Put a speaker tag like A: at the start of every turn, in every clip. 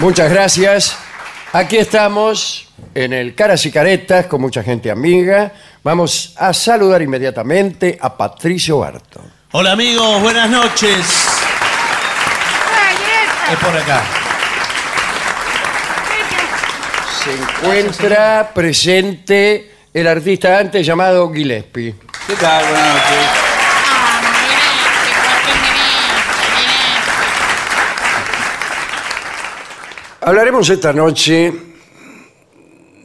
A: muchas gracias. Aquí estamos en el Caras y Caretas con mucha gente amiga. Vamos a saludar inmediatamente a Patricio Barto.
B: Hola amigos, buenas noches. Es por acá.
A: Se encuentra presente el artista antes llamado Gillespie.
B: ¿Qué tal? Buenas noches.
A: Hablaremos esta noche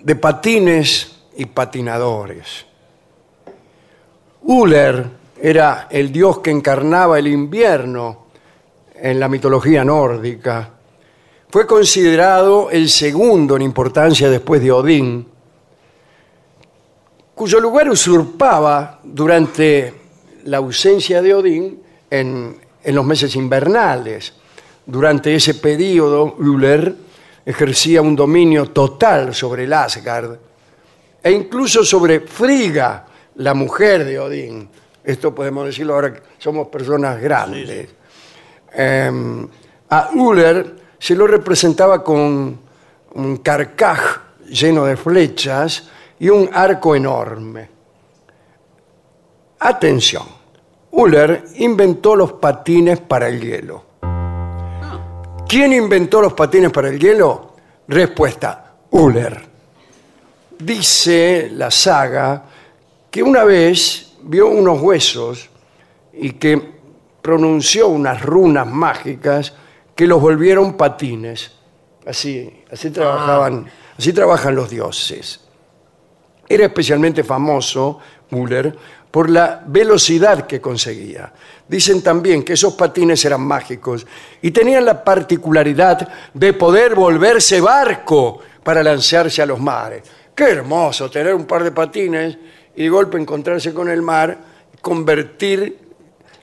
A: de patines y patinadores. Uller era el dios que encarnaba el invierno en la mitología nórdica. Fue considerado el segundo en importancia después de Odín, cuyo lugar usurpaba durante la ausencia de Odín en, en los meses invernales. Durante ese periodo, Uller ejercía un dominio total sobre el Asgard e incluso sobre Friga, la mujer de Odín. Esto podemos decirlo ahora que somos personas grandes. Eh, a Uller se lo representaba con un carcaj lleno de flechas y un arco enorme. Atención, Uller inventó los patines para el hielo. ¿Quién inventó los patines para el hielo? Respuesta, Uller. Dice la saga que una vez vio unos huesos y que pronunció unas runas mágicas que los volvieron patines. Así, así trabajaban, así trabajan los dioses. Era especialmente famoso Müller por la velocidad que conseguía. Dicen también que esos patines eran mágicos y tenían la particularidad de poder volverse barco para lanzarse a los mares. Qué hermoso tener un par de patines y de golpe encontrarse con el mar, convertir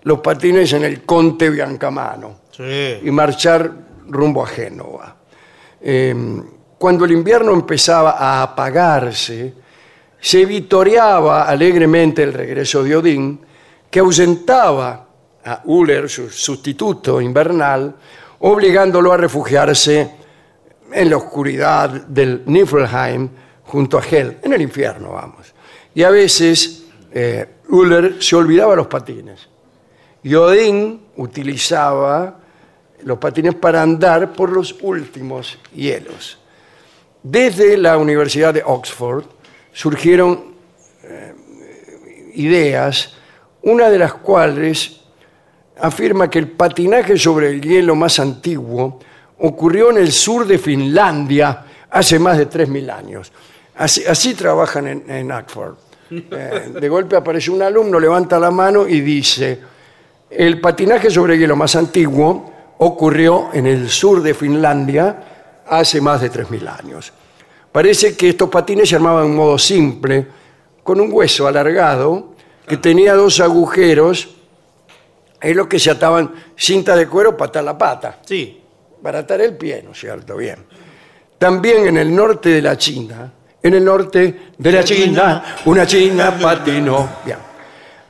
A: los patines en el conte Biancamano
B: Sí.
A: y marchar rumbo a Génova. Eh, cuando el invierno empezaba a apagarse, se vitoreaba alegremente el regreso de Odín, que ahuyentaba a Uller, su sustituto invernal, obligándolo a refugiarse en la oscuridad del Niflheim junto a Hel, en el infierno, vamos. Y a veces eh, Uller se olvidaba los patines. Y Odín utilizaba los patines para andar por los últimos hielos. Desde la Universidad de Oxford surgieron eh, ideas, una de las cuales afirma que el patinaje sobre el hielo más antiguo ocurrió en el sur de Finlandia hace más de 3.000 años. Así, así trabajan en, en Oxford. Eh, de golpe aparece un alumno, levanta la mano y dice, el patinaje sobre hielo más antiguo ocurrió en el sur de Finlandia hace más de 3.000 años. Parece que estos patines se armaban de un modo simple, con un hueso alargado que tenía dos agujeros, es lo que se ataban cinta de cuero para atar la pata,
B: Sí.
A: para atar el pie, ¿no es cierto? Bien. También en el norte de la China, en el norte de la China, una China patinó. Bien.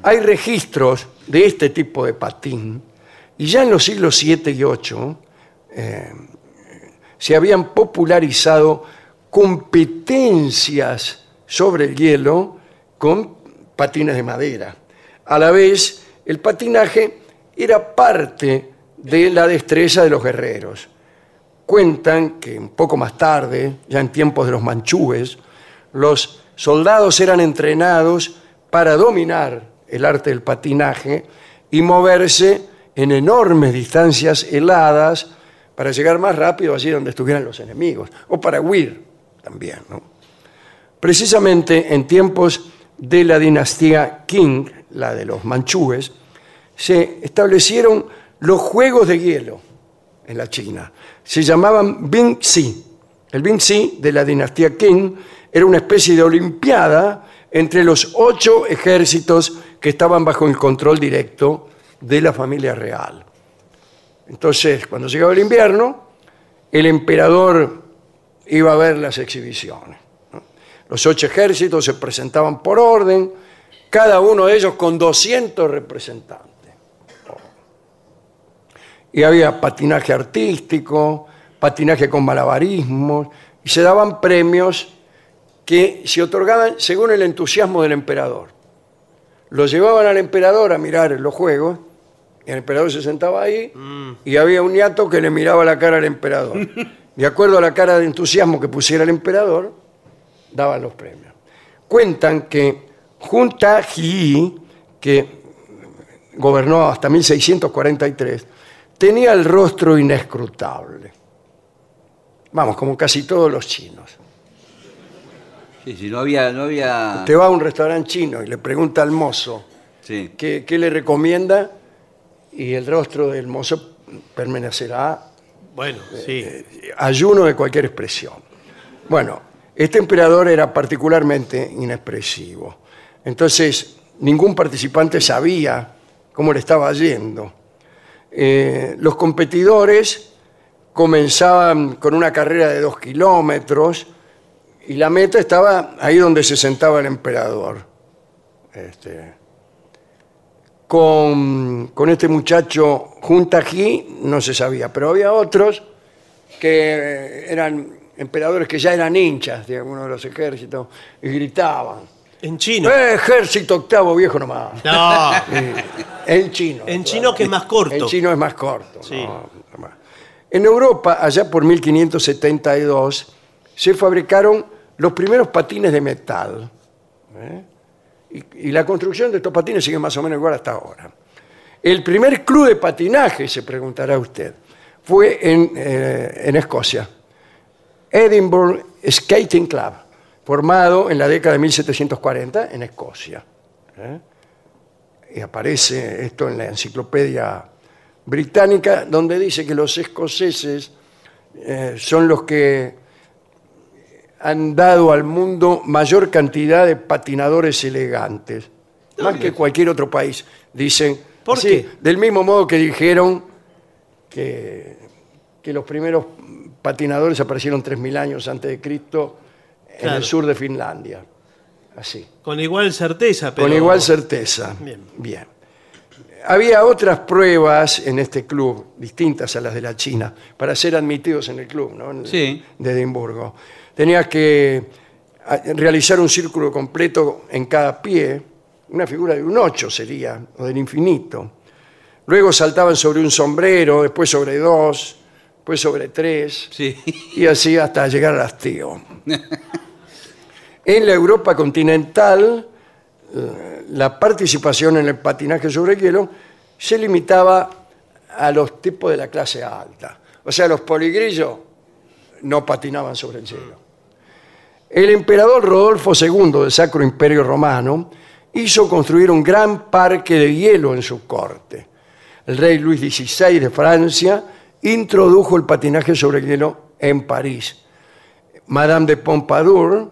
A: Hay registros de este tipo de patín y ya en los siglos 7 y 8 se habían popularizado competencias sobre el hielo con patines de madera. A la vez, el patinaje era parte de la destreza de los guerreros. Cuentan que un poco más tarde, ya en tiempos de los manchúes, los soldados eran entrenados para dominar el arte del patinaje y moverse en enormes distancias heladas para llegar más rápido allí donde estuvieran los enemigos, o para huir también. ¿no? Precisamente en tiempos de la dinastía Qing, la de los manchúes, se establecieron los juegos de hielo en la China. Se llamaban Bingxi. El Bingxi de la dinastía Qing era una especie de olimpiada entre los ocho ejércitos que estaban bajo el control directo de la familia real. Entonces, cuando llegaba el invierno, el emperador iba a ver las exhibiciones. ¿no? Los ocho ejércitos se presentaban por orden, cada uno de ellos con 200 representantes. Y había patinaje artístico, patinaje con malabarismos, y se daban premios que se otorgaban según el entusiasmo del emperador. Lo llevaban al emperador a mirar los juegos, y el emperador se sentaba ahí y había un niato que le miraba la cara al emperador. De acuerdo a la cara de entusiasmo que pusiera el emperador, daban los premios. Cuentan que Junta Ji, que gobernó hasta 1643, tenía el rostro inescrutable. Vamos, como casi todos los chinos.
C: Sí, sí, no había, no había.
A: Te va a un restaurante chino y le pregunta al mozo,
C: Sí.
A: ¿Qué, qué le recomienda? Y el rostro del mozo permanecerá
B: Bueno, sí.
A: eh, ayuno de cualquier expresión. Bueno, este emperador era particularmente inexpresivo. Entonces, ningún participante sabía cómo le estaba yendo. Eh, los competidores comenzaban con una carrera de dos kilómetros y la meta estaba ahí donde se sentaba el emperador. Este, con, con este muchacho Junta aquí no se sabía, pero había otros que eran emperadores que ya eran hinchas de alguno de los ejércitos y gritaban.
B: En chino.
A: "Eh, ejército octavo viejo nomás.
B: No.
A: En chino.
B: En chino que es más corto.
A: En chino es más corto.
B: Sí.
A: no, no más. En Europa, allá por 1572, se fabricaron los primeros patines de metal. ¿eh? Y, y la construcción de estos patines sigue más o menos igual hasta ahora. El primer club de patinaje, se preguntará usted, fue en, eh, en Escocia. Edinburgh Skating Club, formado en la década de 1740 en Escocia ¿eh? y aparece esto en la enciclopedia británica, donde dice que los escoceses eh, son los que han dado al mundo mayor cantidad de patinadores elegantes, más que cualquier otro país, dicen.
B: ¿Por
A: Así,
B: qué?
A: Del mismo modo que dijeron que, que los primeros patinadores aparecieron 3.000 años antes de Cristo en
B: Claro.
A: el sur de Finlandia. Así.
B: Con igual certeza, pero.
A: Con igual certeza.
B: Bien.
A: Bien. Había otras pruebas en este club, distintas a las de la China, para ser admitidos en el club ¿no? En-
C: Sí.
A: de Edimburgo. Tenías que a- realizar un círculo completo en cada pie, una figura de un 8 sería, o del infinito. Luego saltaban sobre un sombrero, después sobre dos, después sobre tres,
C: Sí.
A: y así hasta llegar al hastío. En la Europa continental, eh, la participación en el patinaje sobre hielo se limitaba a los tipos de la clase alta. O sea, los poligrillos no patinaban sobre el hielo. El emperador Rodolfo II del Sacro Imperio Romano hizo construir un gran parque de hielo en su corte. El rey Luis XVI de Francia introdujo el patinaje sobre hielo en París. Madame de Pompadour,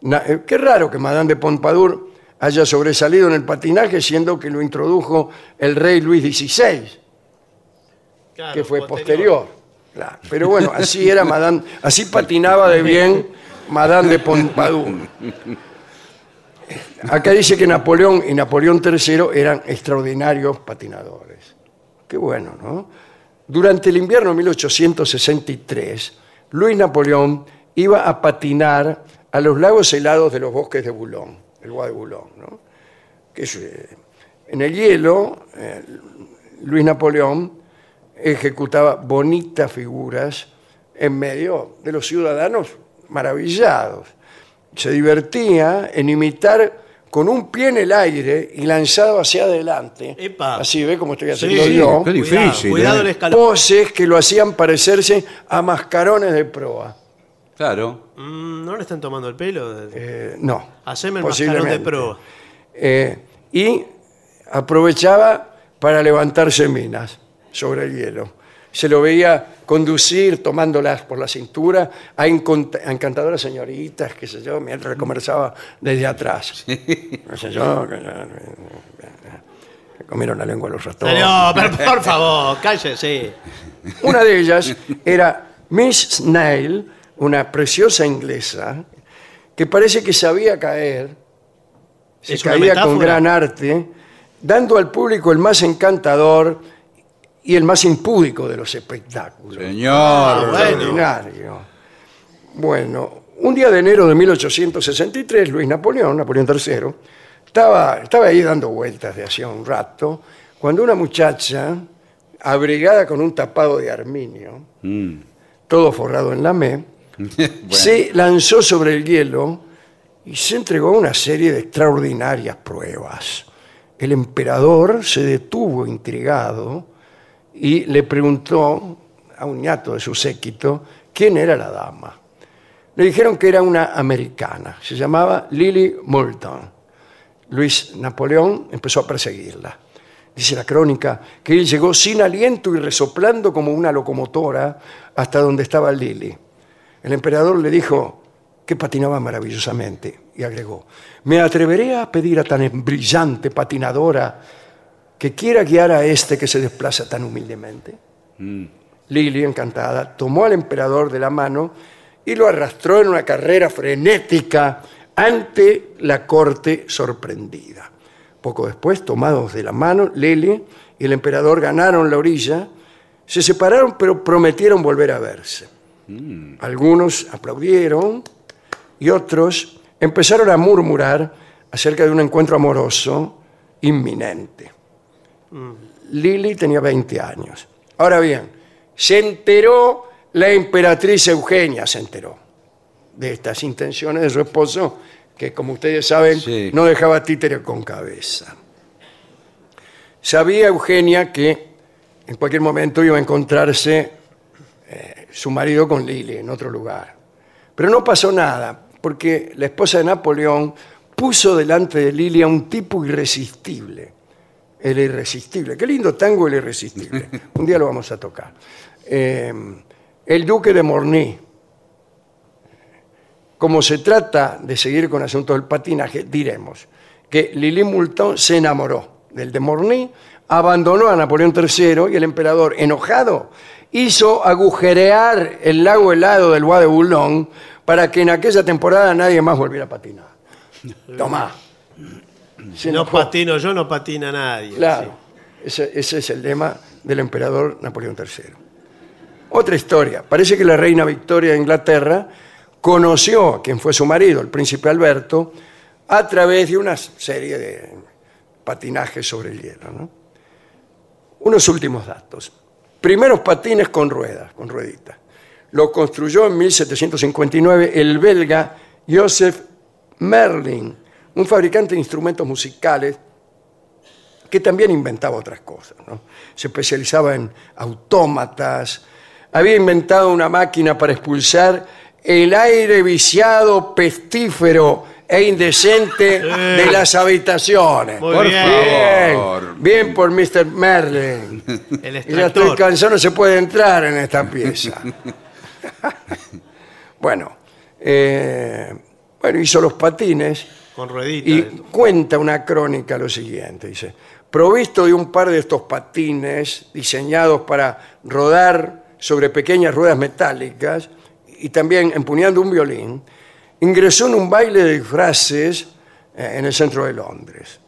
A: na- eh, qué raro que Madame de Pompadour haya sobresalido en el patinaje siendo que lo introdujo el rey Luis XVI
B: Claro,
A: que fue posterior. Claro. Pero bueno, así era Madame, así patinaba de bien Madame de Pompadour. Acá dice que Napoleón y Napoleón III eran extraordinarios patinadores. Qué bueno, ¿no? Durante el invierno de 1863, Luis Napoleón iba a patinar a los lagos helados de los bosques de Boulogne, el Bois de Boulogne, ¿no? Que es, eh, en el hielo, eh, Luis Napoleón ejecutaba bonitas figuras en medio de los ciudadanos maravillados. Se divertía en imitar con un pie en el aire y lanzado hacia adelante,
B: Epa.
A: así ve como estoy
B: Sí,
A: haciendo
B: sí,
A: yo,
D: qué
B: Cuidado,
D: difícil,
B: Cuidado
D: eh.
B: el escalón.
A: poses que lo hacían parecerse a mascarones de proa.
C: Claro.
B: Mm, ¿No le están tomando el pelo?
A: Eh, no.
B: Haceme el
A: posiblemente.
B: mascarón de proa.
A: Eh, y aprovechaba para levantarse minas sobre el hielo. Se lo veía conducir tomándolas por la cintura a, encont- a encantadoras señoritas, qué sé yo, mientras conversaba desde atrás. No sé yo, que- que comieron la lengua a los ratones.
B: No, pero por favor, cállese.
A: Una de ellas era Miss Snail, una preciosa inglesa, que parece que sabía caer, se
B: Es una
A: caía con
B: metáfora.
A: gran arte, dando al público el más encantador y el más impúdico de los espectáculos.
C: Señor.
B: bueno.
A: Extraordinario. Bueno, un día de enero de 1863, Luis Napoleón, Napoleón III, estaba, estaba ahí dando vueltas de hacía un rato, cuando una muchacha, abrigada con un tapado de arminio,
C: Mm.
A: todo forrado en lamé, se lanzó sobre el hielo y se entregó a una serie de extraordinarias pruebas. El emperador se detuvo intrigado y le preguntó a un ñato de su séquito quién era la dama. Le dijeron que era una americana, se llamaba Lily Moulton. Luis Napoleón empezó a perseguirla. Dice la crónica que él llegó sin aliento y resoplando como una locomotora hasta donde estaba Lily. El emperador le dijo que patinaba maravillosamente y agregó, me atreveré a pedir a tan brillante patinadora que quiera guiar a este que se desplaza tan humildemente. Lili, encantada, tomó al emperador de la mano y lo arrastró en una carrera frenética ante la corte sorprendida. Poco después, tomados de la mano, Lili y el emperador ganaron la orilla, se separaron pero prometieron volver a verse. Algunos aplaudieron y otros empezaron a murmurar acerca de un encuentro amoroso inminente. Lili tenía 20 años. Ahora bien, se enteró la emperatriz Eugenia, se enteró de estas intenciones de su esposo, que como ustedes saben,
C: Sí.
A: no dejaba títere con cabeza. Sabía Eugenia que en cualquier momento iba a encontrarse eh, su marido con Lili en otro lugar. Pero no pasó nada, porque la esposa de Napoleón puso delante de Lili a un tipo irresistible. El irresistible. Qué lindo tango el irresistible. Un día lo vamos a tocar. Eh, el duque de Morny. Como se trata de seguir con asuntos del patinaje, diremos que Lili Moulton se enamoró del de Morny, abandonó a Napoleón III y el emperador, enojado, hizo agujerear el lago helado del Bois de Boulogne para que en aquella temporada nadie más volviera a patinar. Tomá. Se
B: No
A: enojó.
B: patino yo, no patina nadie.
A: Claro, ese, ese es el lema del emperador Napoleón III. Otra historia. Parece que la reina Victoria de Inglaterra conoció a quien fue su marido, el príncipe Alberto, a través de una serie de patinajes sobre el hielo. ¿no? Unos últimos datos. Primeros patines con ruedas, con rueditas. Lo construyó en 1759 el belga Joseph Merlin, un fabricante de instrumentos musicales que también inventaba otras cosas. ¿no? Se especializaba en autómatas, había inventado una máquina para expulsar el aire viciado, pestífero e indecente de las habitaciones.
B: Muy
C: Por
B: bien.
A: Bien,
C: favor.
A: bien por Mr. Merlin.
B: El
A: Ya estoy
B: extractor.
A: cansado, no se puede entrar en esta pieza. bueno, eh, bueno, hizo los patines.
B: Con rueditas.
A: Y
B: esto.
A: cuenta una crónica lo siguiente, dice, provisto de un par de estos patines diseñados para rodar sobre pequeñas ruedas metálicas y también empuñando un violín, ingresó en un baile de disfraces eh, en el centro de Londres,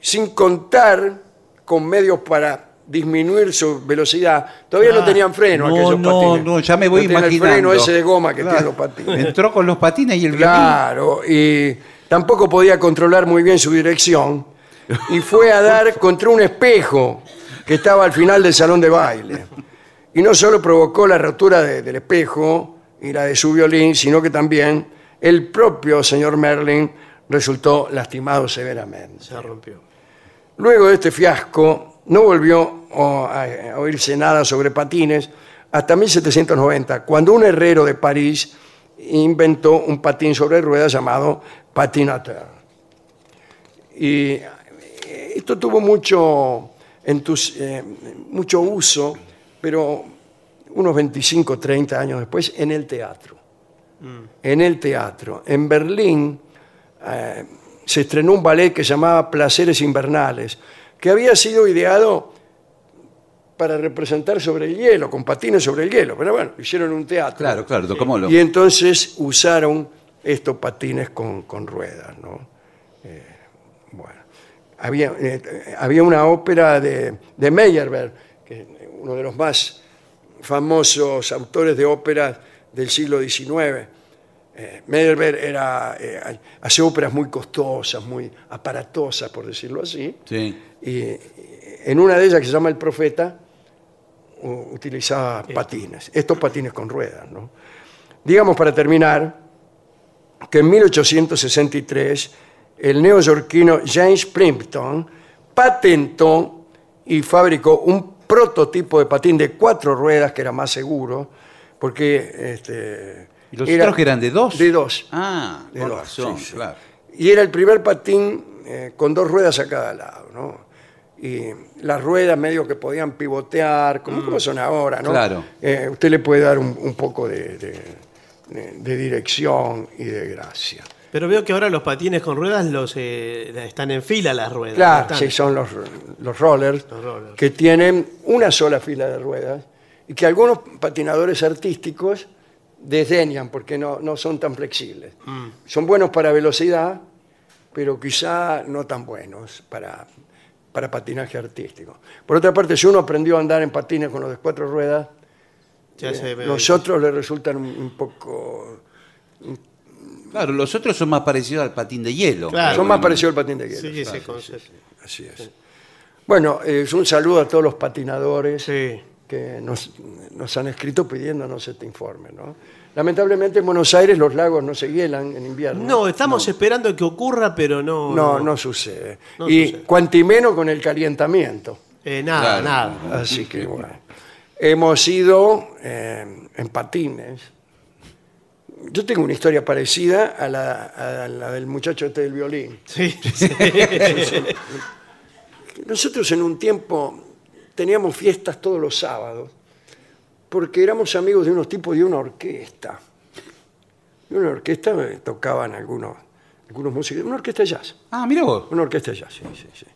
A: sin contar con medios para disminuir su velocidad. Todavía no
B: Ah,
A: tenían freno
C: no,
A: aquellos
C: no,
A: patines.
C: no, ya me voy
A: tenían El freno
C: imaginando.
A: ese de goma que
C: Claro.
A: tienen los patines.
C: Entró con los patines y el
A: Claro, y tampoco podía controlar muy bien su dirección y fue a dar contra un espejo que estaba al final del salón de baile. Y no solo provocó la rotura de- del espejo y la de su violín, sino que también el propio señor Merlin resultó lastimado severamente.
B: Se rompió.
A: Luego de este fiasco, no volvió oh, a, a oírse nada sobre patines hasta 1790, cuando un herrero de París inventó un patín sobre ruedas llamado patinateur. Y eh, esto tuvo mucho, entus- eh, mucho uso, pero unos 25, 30 años después, en el teatro. En el teatro. En Berlín, eh, se estrenó un ballet que se llamaba Placeres Invernales, que había sido ideado para representar sobre el hielo, con patines sobre el hielo, pero bueno, hicieron un teatro.
C: Claro, claro, ¿cómo lo?
A: Y entonces usaron estos patines con, con ruedas, ¿no? Eh, bueno, había, eh, había una ópera de, de Meyerbeer, que es uno de los más famosos autores de óperas del siglo XIX. Eh, Meyerbeer era, eh, hace óperas muy costosas, muy aparatosas, por decirlo así.
C: Sí.
A: Y eh, en una de ellas que se llama El Profeta, u- utilizaba patines, estos patines con ruedas. ¿no? Digamos para terminar que en 1863 el neoyorquino James Plimpton patentó y fabricó un prototipo de patín de cuatro ruedas que era más seguro, porque... Este,
C: ¿Y los
A: era-
C: otros que eran de dos?
A: De dos.
C: Ah,
A: De
C: con
A: dos,
C: razón,
A: sí, sí.
C: claro.
A: Y era el primer patín eh, con dos ruedas a cada lado, ¿no? Y las ruedas medio que podían pivotear, como, como son ahora, ¿no?
C: Claro.
A: Eh, usted le puede dar un, un poco de, de- de- de dirección y de gracia.
B: Pero veo que ahora los patines con ruedas los eh, están en fila las ruedas.
A: Claro,
B: no
A: sí,
B: están.
A: son los, los rollers,
B: Los rollers.
A: que tienen una sola fila de ruedas y que algunos patinadores artísticos desdeñan porque no, no son tan flexibles.
B: Mm.
A: Son buenos para velocidad, pero quizá no tan buenos para, para patinaje artístico. Por otra parte, si uno aprendió a andar en patines con los de cuatro ruedas,
B: Ya se ve.
A: los otros le resultan un- un poco...
C: Claro, los otros son más parecidos al patín de hielo.
B: Claro.
A: Son más parecidos al patín de hielo.
B: Sí, ese concepto.
A: Así es. Bueno, es un saludo a todos los patinadores
B: Sí.
A: que nos, nos han escrito pidiéndonos este informe. ¿no? Lamentablemente en Buenos Aires los lagos no se hielan en invierno.
B: No, estamos esperando que ocurra, pero no.
A: no, no sucede.
B: No
A: y
B: sucede.
A: cuanti menos con el calentamiento.
B: Eh, nada,
C: Claro.
B: nada.
A: Así que bueno. Hemos ido eh, en patines. Yo tengo una historia parecida a la, a la del muchacho este del violín.
B: Sí, sí.
A: Nosotros en un tiempo teníamos fiestas todos los sábados porque éramos amigos de unos tipos de una orquesta. De una orquesta eh, tocaban algunos, algunos músicos, una orquesta de jazz.
C: Ah, mira vos.
A: Una orquesta de jazz, sí, sí, sí.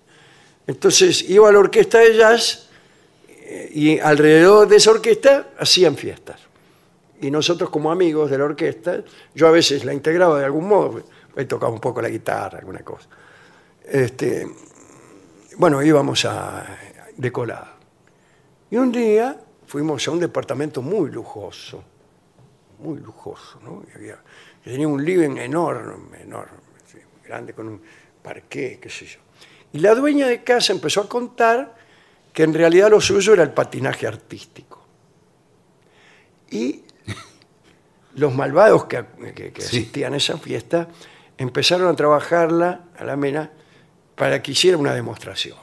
A: Entonces iba a la orquesta de jazz eh, y alrededor de esa orquesta hacían fiestas. Y nosotros como amigos de la orquesta, yo a veces la integraba de algún modo, he tocaba un poco la guitarra, alguna cosa. Este, bueno, íbamos a de colada. Y un día fuimos a un departamento muy lujoso, muy lujoso, ¿no? Y había- que tenía un living enorme, enorme, sí, grande, con un parqué, qué sé yo. Y la dueña de casa empezó a contar que en realidad lo suyo era el patinaje artístico. Y los malvados que, que- que
C: Sí.
A: asistían a esa fiesta empezaron a trabajarla, a la mena, para que hiciera una demostración.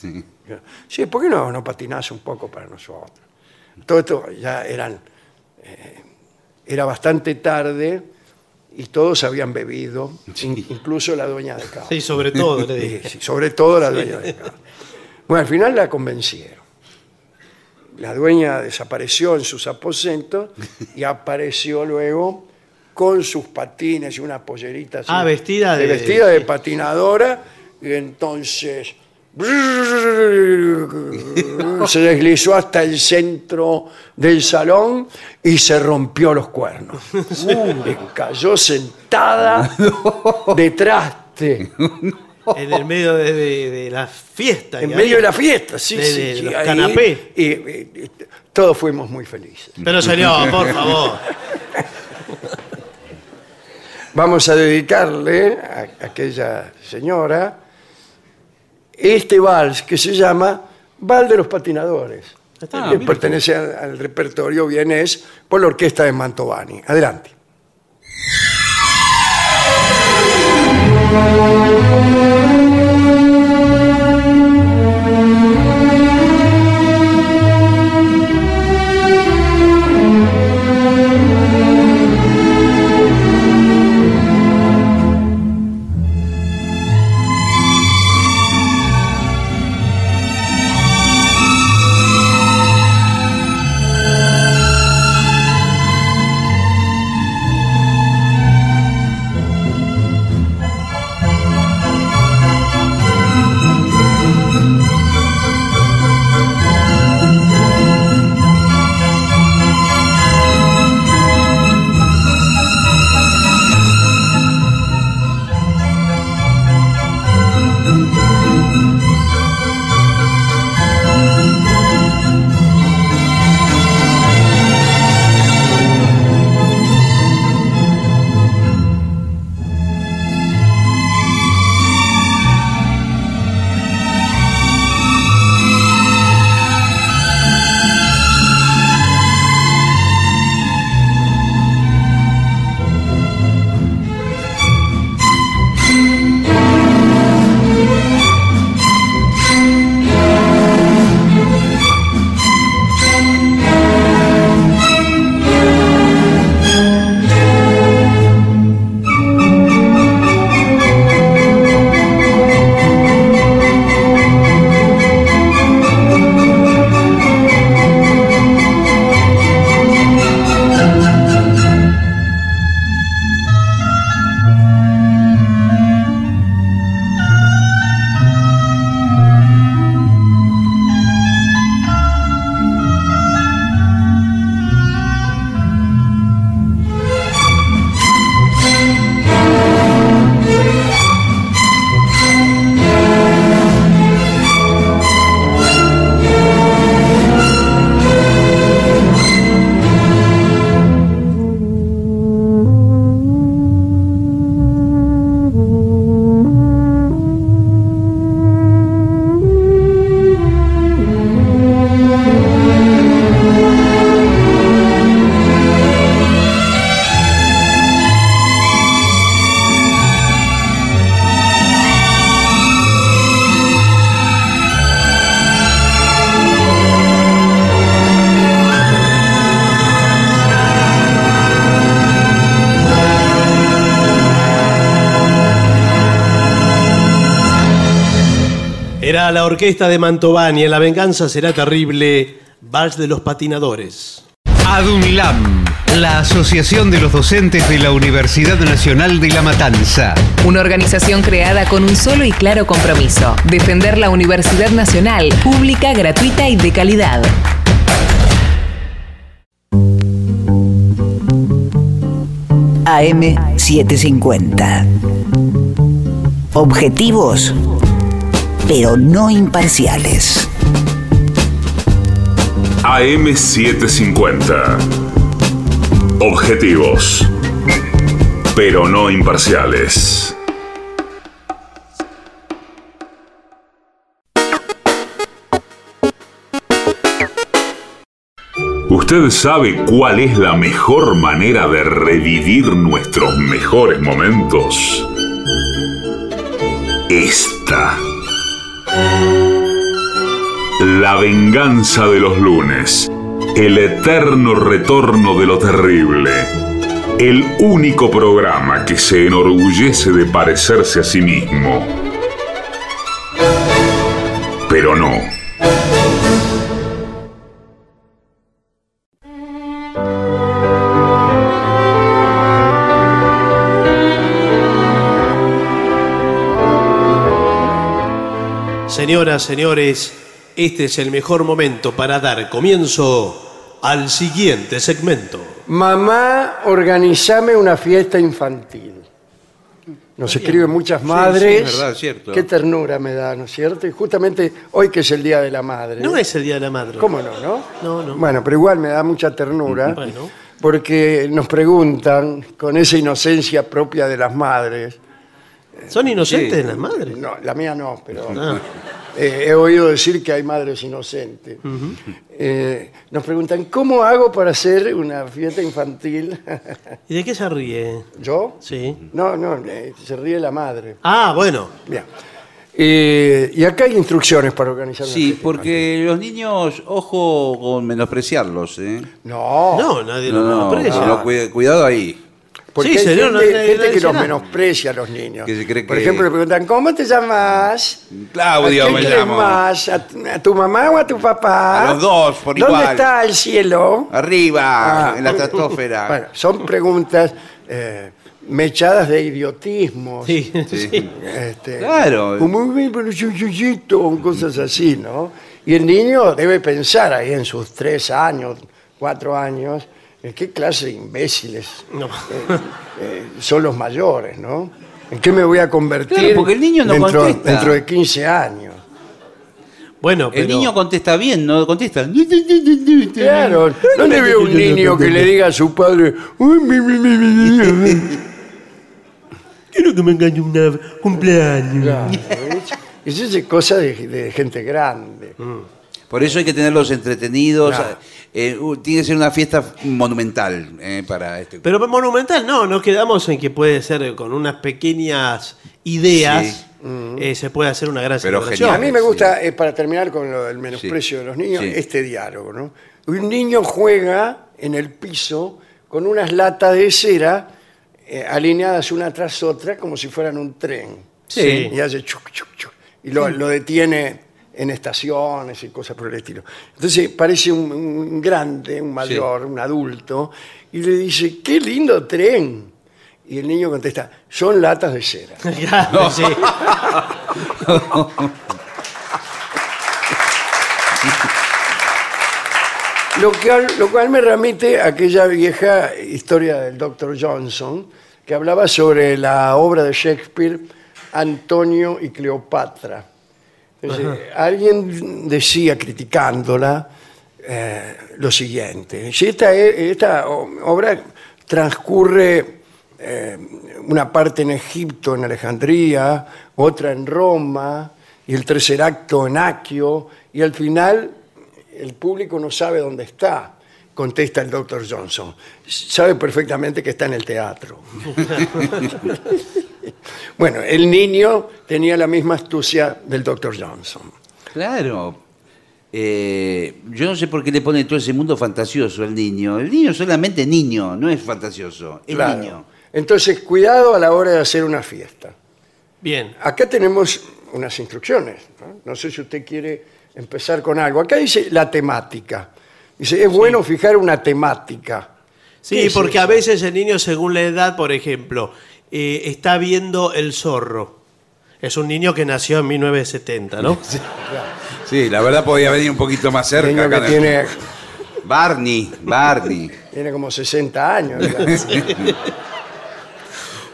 C: Sí.
A: Sí, ¿por qué no, no patinás un poco para nosotros? Todo esto ya eran. eh, era bastante tarde y todos habían bebido, in- incluso la dueña de casa.
B: Sí, sobre todo, le dije.
A: Sí, sí, sobre todo la dueña de casa. Bueno, al final la convencieron. La dueña desapareció en sus aposentos y apareció luego con sus patines y una pollerita así.
B: Ah, vestida de-
A: Vestida de patinadora. Y entonces se deslizó hasta el centro del salón y se rompió los cuernos. Y cayó sentada de traste.
B: En el medio de, de- de la fiesta.
A: En
B: que
A: medio
B: había.
A: de la fiesta, sí,
B: De-
A: sí,
B: de
A: sí,
B: los
A: ahí,
B: canapés.
A: y, y, y, todos fuimos muy felices.
B: Pero señor, por favor.
A: Vamos a dedicarle a a aquella señora este vals que se llama Vals de los Patinadores,
B: está,
A: que pertenece al, al repertorio vienés por la orquesta de Mantovani. Adelante.
B: Era la orquesta de Mantovani. En la venganza será terrible. Vals de los patinadores.
D: ADUNLAM, la Asociación de los Docentes de la Universidad Nacional de La Matanza.
E: Una organización creada con un solo y claro compromiso, defender la Universidad Nacional, pública, gratuita y de calidad.
F: AM750. Objetivos, pero no imparciales.
G: AM750. Objetivos, pero no imparciales. ¿Usted sabe cuál es la mejor manera de revivir nuestros mejores momentos? Esta. La venganza de los lunes. El eterno retorno de lo terrible. El único programa que se enorgullece de parecerse a sí mismo. Pero no.
B: Señoras, señores, este es el mejor momento para dar comienzo al siguiente segmento.
A: Mamá, organizame una fiesta infantil. Nos escriben muchas
D: Sí,
A: madres.
D: sí, es verdad, es cierto.
A: Qué ternura me da, ¿no es cierto? Y justamente hoy que es el Día de la Madre.
B: No es el Día de la Madre.
A: ¿Cómo no, no?
B: No, no.
A: Bueno, pero igual me da mucha ternura.
B: Bueno.
A: Porque nos preguntan, con esa inocencia propia de las madres.
B: ¿Son inocentes
C: Sí.
B: las madres?
A: No, la mía no, pero eh, he oído decir que hay madres inocentes. Eh, nos preguntan, ¿cómo hago para hacer una fiesta infantil?
B: ¿Y de qué se ríe?
A: ¿Yo?
B: Sí.
A: No, no, eh, se ríe la madre.
B: Ah, bueno.
A: Bien. Eh, y acá hay instrucciones para organizar una
C: Sí,
A: fiesta
C: porque los niños, ojo con menospreciarlos, ¿eh?
A: infantil. No,
B: No, nadie
C: No,
B: lo
C: no,
B: menosprecia.
C: no, cuida- cuidado ahí.
A: porque
B: Sí,
A: hay
B: señor, no
A: gente,
B: nadie-
A: gente
B: nadie
A: que
B: dice
A: los
B: nada.
A: menosprecia a los niños.
C: Que se cree
A: Por
C: que-
A: ejemplo, le preguntan, ¿cómo te llamas?
C: Claudio
A: ¿A quién
C: me
A: quieres
C: llamo.
A: más? ¿A, a tu mamá o a tu papá?
C: A los dos, por
A: ¿Dónde
C: igual.
A: está el cielo?
C: Arriba,
A: Ah.
C: en la estratosfera.
A: Bueno, son preguntas eh, mechadas de idiotismo.
B: Sí,
C: Sí.
A: Este,
C: Claro.
A: Como un bebé, pero yo- yo- yo- yo", cosas así, ¿no? Y el niño debe pensar ahí en sus tres años, cuatro años, en qué clase de imbéciles
B: No.
A: eh, son los mayores, ¿no? ¿En qué me voy a convertir
C: Claro, porque el niño no
A: dentro,
C: contesta.
A: dentro de 15 años?
B: Bueno, pero...
C: El niño contesta bien, no contesta.
A: Claro, ¿dónde veo un niño que le diga a su padre, "Uy, mi, mi, mi, mi, mi, mi"?
B: Quiero que me engañe una cumpleaños.
A: Claro, ¿ves? Eso es cosa de, de gente grande.
C: Por eso hay que tenerlos entretenidos.
A: Claro.
C: eh, uh, tiene que ser una fiesta monumental eh, para este.
B: Pero monumental no, nos quedamos en que puede ser con unas pequeñas ideas, eh, se puede hacer una gran
C: Mm. Pero
B: celebración.
A: A mí
C: genial.
A: me gusta, eh, para terminar con lo del menosprecio
C: Sí,
A: de los niños,
C: sí.
A: este diálogo. ¿no? Un niño juega en el piso con unas latas de cera eh, alineadas una tras otra como si fueran un tren.
B: Sí.
A: Y hace chuc, chuc, chuc. Y lo, lo detiene en estaciones y cosas por el estilo. Entonces parece un, un grande, un mayor, un adulto, y le dice, qué lindo tren. Y el niño contesta, son latas de cera.
B: Claro, sí.
A: Lo cual, lo cual me remite a aquella vieja historia del Dr. Johnson, que hablaba sobre la obra de Shakespeare, Antonio y Cleopatra. Entonces, alguien decía, criticándola, eh, lo siguiente, si esta, e- esta o- obra transcurre eh, una parte en Egipto, en Alejandría, otra en Roma, y el tercer acto en Aquio, y al final el público no sabe dónde está, contesta el doctor Johnson. Sabe perfectamente que está en el teatro. bueno, el niño tenía la misma astucia del doctor Johnson.
C: Claro. Eh, yo no sé por qué le ponen todo ese mundo fantasioso al niño. El niño es solamente niño, no es fantasioso. Es
A: Claro.
C: niño.
A: Entonces, cuidado a la hora de hacer una fiesta.
B: Bien.
A: Acá tenemos unas instrucciones. ¿no? No sé si usted quiere empezar con algo. Acá dice la temática. Dice, es bueno fijar una temática. ¿Qué
B: Sí,
A: es
B: porque a
A: eso?
B: veces el niño, según la edad, por ejemplo, eh, está viendo El Zorro. Es un niño que nació en 1970, ¿no?
C: Sí, la verdad podía venir un poquito más
A: Niño que tiene,
C: Barney, Barney.
A: tiene como 60 años. ya.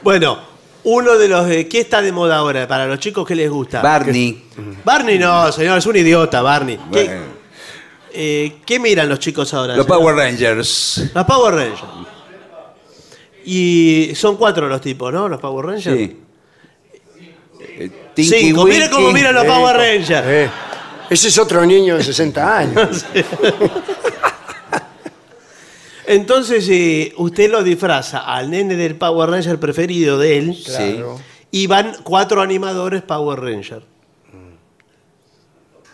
B: Bueno, uno de los... eh, ¿Qué está de moda ahora para los chicos que les gusta?
C: Barney.
B: Barney no, señor, es un idiota, Barney. ¿Qué,
C: Bueno,
B: eh, qué miran los chicos ahora?
C: los
B: señor?
C: Power Rangers.
B: Los Power Rangers. Y son cuatro los tipos, ¿no? Los Power Rangers.
C: Sí. Eh, Tinky
B: Cinco. Mire
C: Winky.
B: cómo miran los Power Rangers.
A: Eh, ese es otro niño de 60 años.
B: Entonces, eh, usted lo disfraza al nene del Power Ranger preferido de él.
A: Claro.
B: Y van cuatro animadores Power Ranger.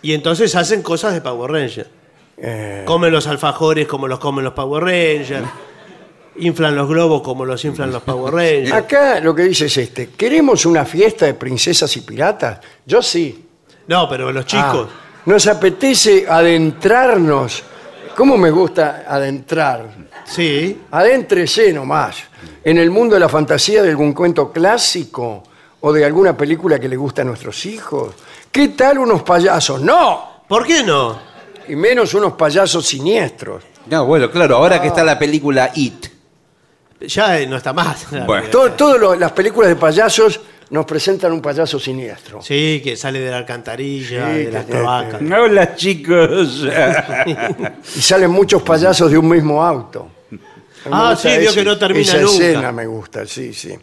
B: Y entonces hacen cosas de Power Ranger.
A: Eh,
B: Comen los alfajores como los comen los Power Rangers. Inflan los globos como los inflan los Power
C: Ah.
B: Rangers.
A: acá lo que dice es este. ¿Queremos una fiesta de princesas y piratas? Yo sí.
B: No, pero los chicos.
A: Ah, nos apetece adentrarnos. ¿Cómo me gusta adentrar?
B: Sí.
A: Adéntrese nomás en el mundo de la fantasía de algún cuento clásico o de alguna película que le gusta a nuestros hijos. ¿Qué tal unos payasos? ¡No!
B: ¿Por qué no?
A: Y menos unos payasos siniestros.
C: No, bueno, claro, ahora que
B: Ah.
C: está la película It.
B: Ya eh, no está más.
C: Bueno.
A: To- Todas lo- las películas de payasos nos presentan un payaso siniestro.
B: Sí, que sale de la alcantarilla,
A: Sí,
B: de las
A: que- que-
B: cloacas.
C: Hola, chicos.
A: Y salen muchos payasos de un mismo auto. Me
B: Ah,
A: gusta
B: sí, vio que no termina
A: esa
B: nunca.
A: escena me gusta, sí, sí.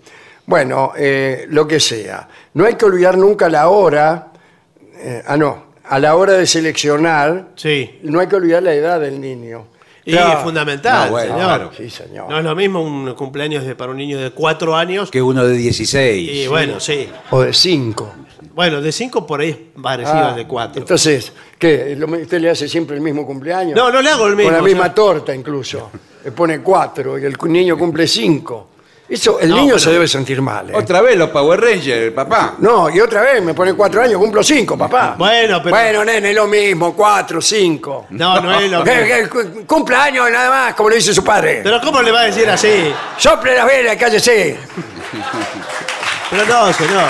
A: Bueno, eh, lo que sea. No hay que olvidar nunca la hora. eh, ah, no. A la hora de seleccionar,
B: Sí.
A: no hay que olvidar la edad del niño.
B: Y
A: Claro.
B: es fundamental,
C: No, bueno,
B: señor.
C: claro.
A: Sí, señor.
B: No es lo mismo un cumpleaños de, para un niño de cuatro años.
C: que uno de 16.
B: y bueno, sí.
A: O de cinco.
B: Bueno, de cinco por ahí es parecido al
A: Ah,
B: de cuatro.
A: Entonces, ¿qué? Lo- ¿Usted le hace siempre el mismo cumpleaños?
B: No, no le hago el mismo,
A: Con la misma
B: señor.
A: torta incluso. Le pone cuatro y el cu- niño cumple cinco. Eso, el
B: No,
A: niño
B: pero-
A: se debe sentir mal. ¿eh?
C: Otra vez los Power Rangers, papá.
A: No, y otra vez me pone cuatro años, cumplo cinco, papá.
B: Bueno, pero-
A: Bueno, nene, lo mismo, cuatro, cinco.
B: no, no es lo
A: Que-
B: mismo.
A: que cu- Cumpla años nada más, como le dice su padre.
B: Pero ¿cómo le va a decir así?
A: Sople las velas, cállese.
B: Pero no, señor.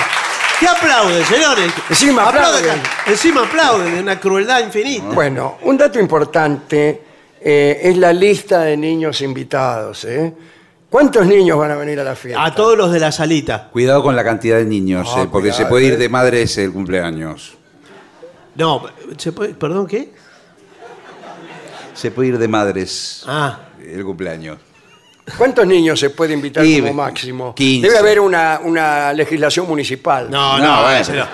B: ¿Qué aplauden, señores?
A: Encima aplauden.
B: Encima aplauden, de una crueldad infinita.
A: Bueno, un dato importante eh, es la lista de niños invitados. ¿eh? ¿Cuántos niños van a venir a la fiesta?
B: A todos los de la salita.
C: Cuidado con la cantidad de niños,
A: Ah,
C: eh, porque
A: cuidado,
C: se puede
A: eh.
C: ir de madres el cumpleaños.
B: No, ¿se puede? ¿Perdón qué?
C: Se puede ir de madres
B: Ah,
C: el cumpleaños.
A: ¿Cuántos niños se puede invitar
C: Y-
A: como máximo?
C: 15.
A: Debe haber una, una legislación municipal.
B: no, no,
C: bueno,
B: señor.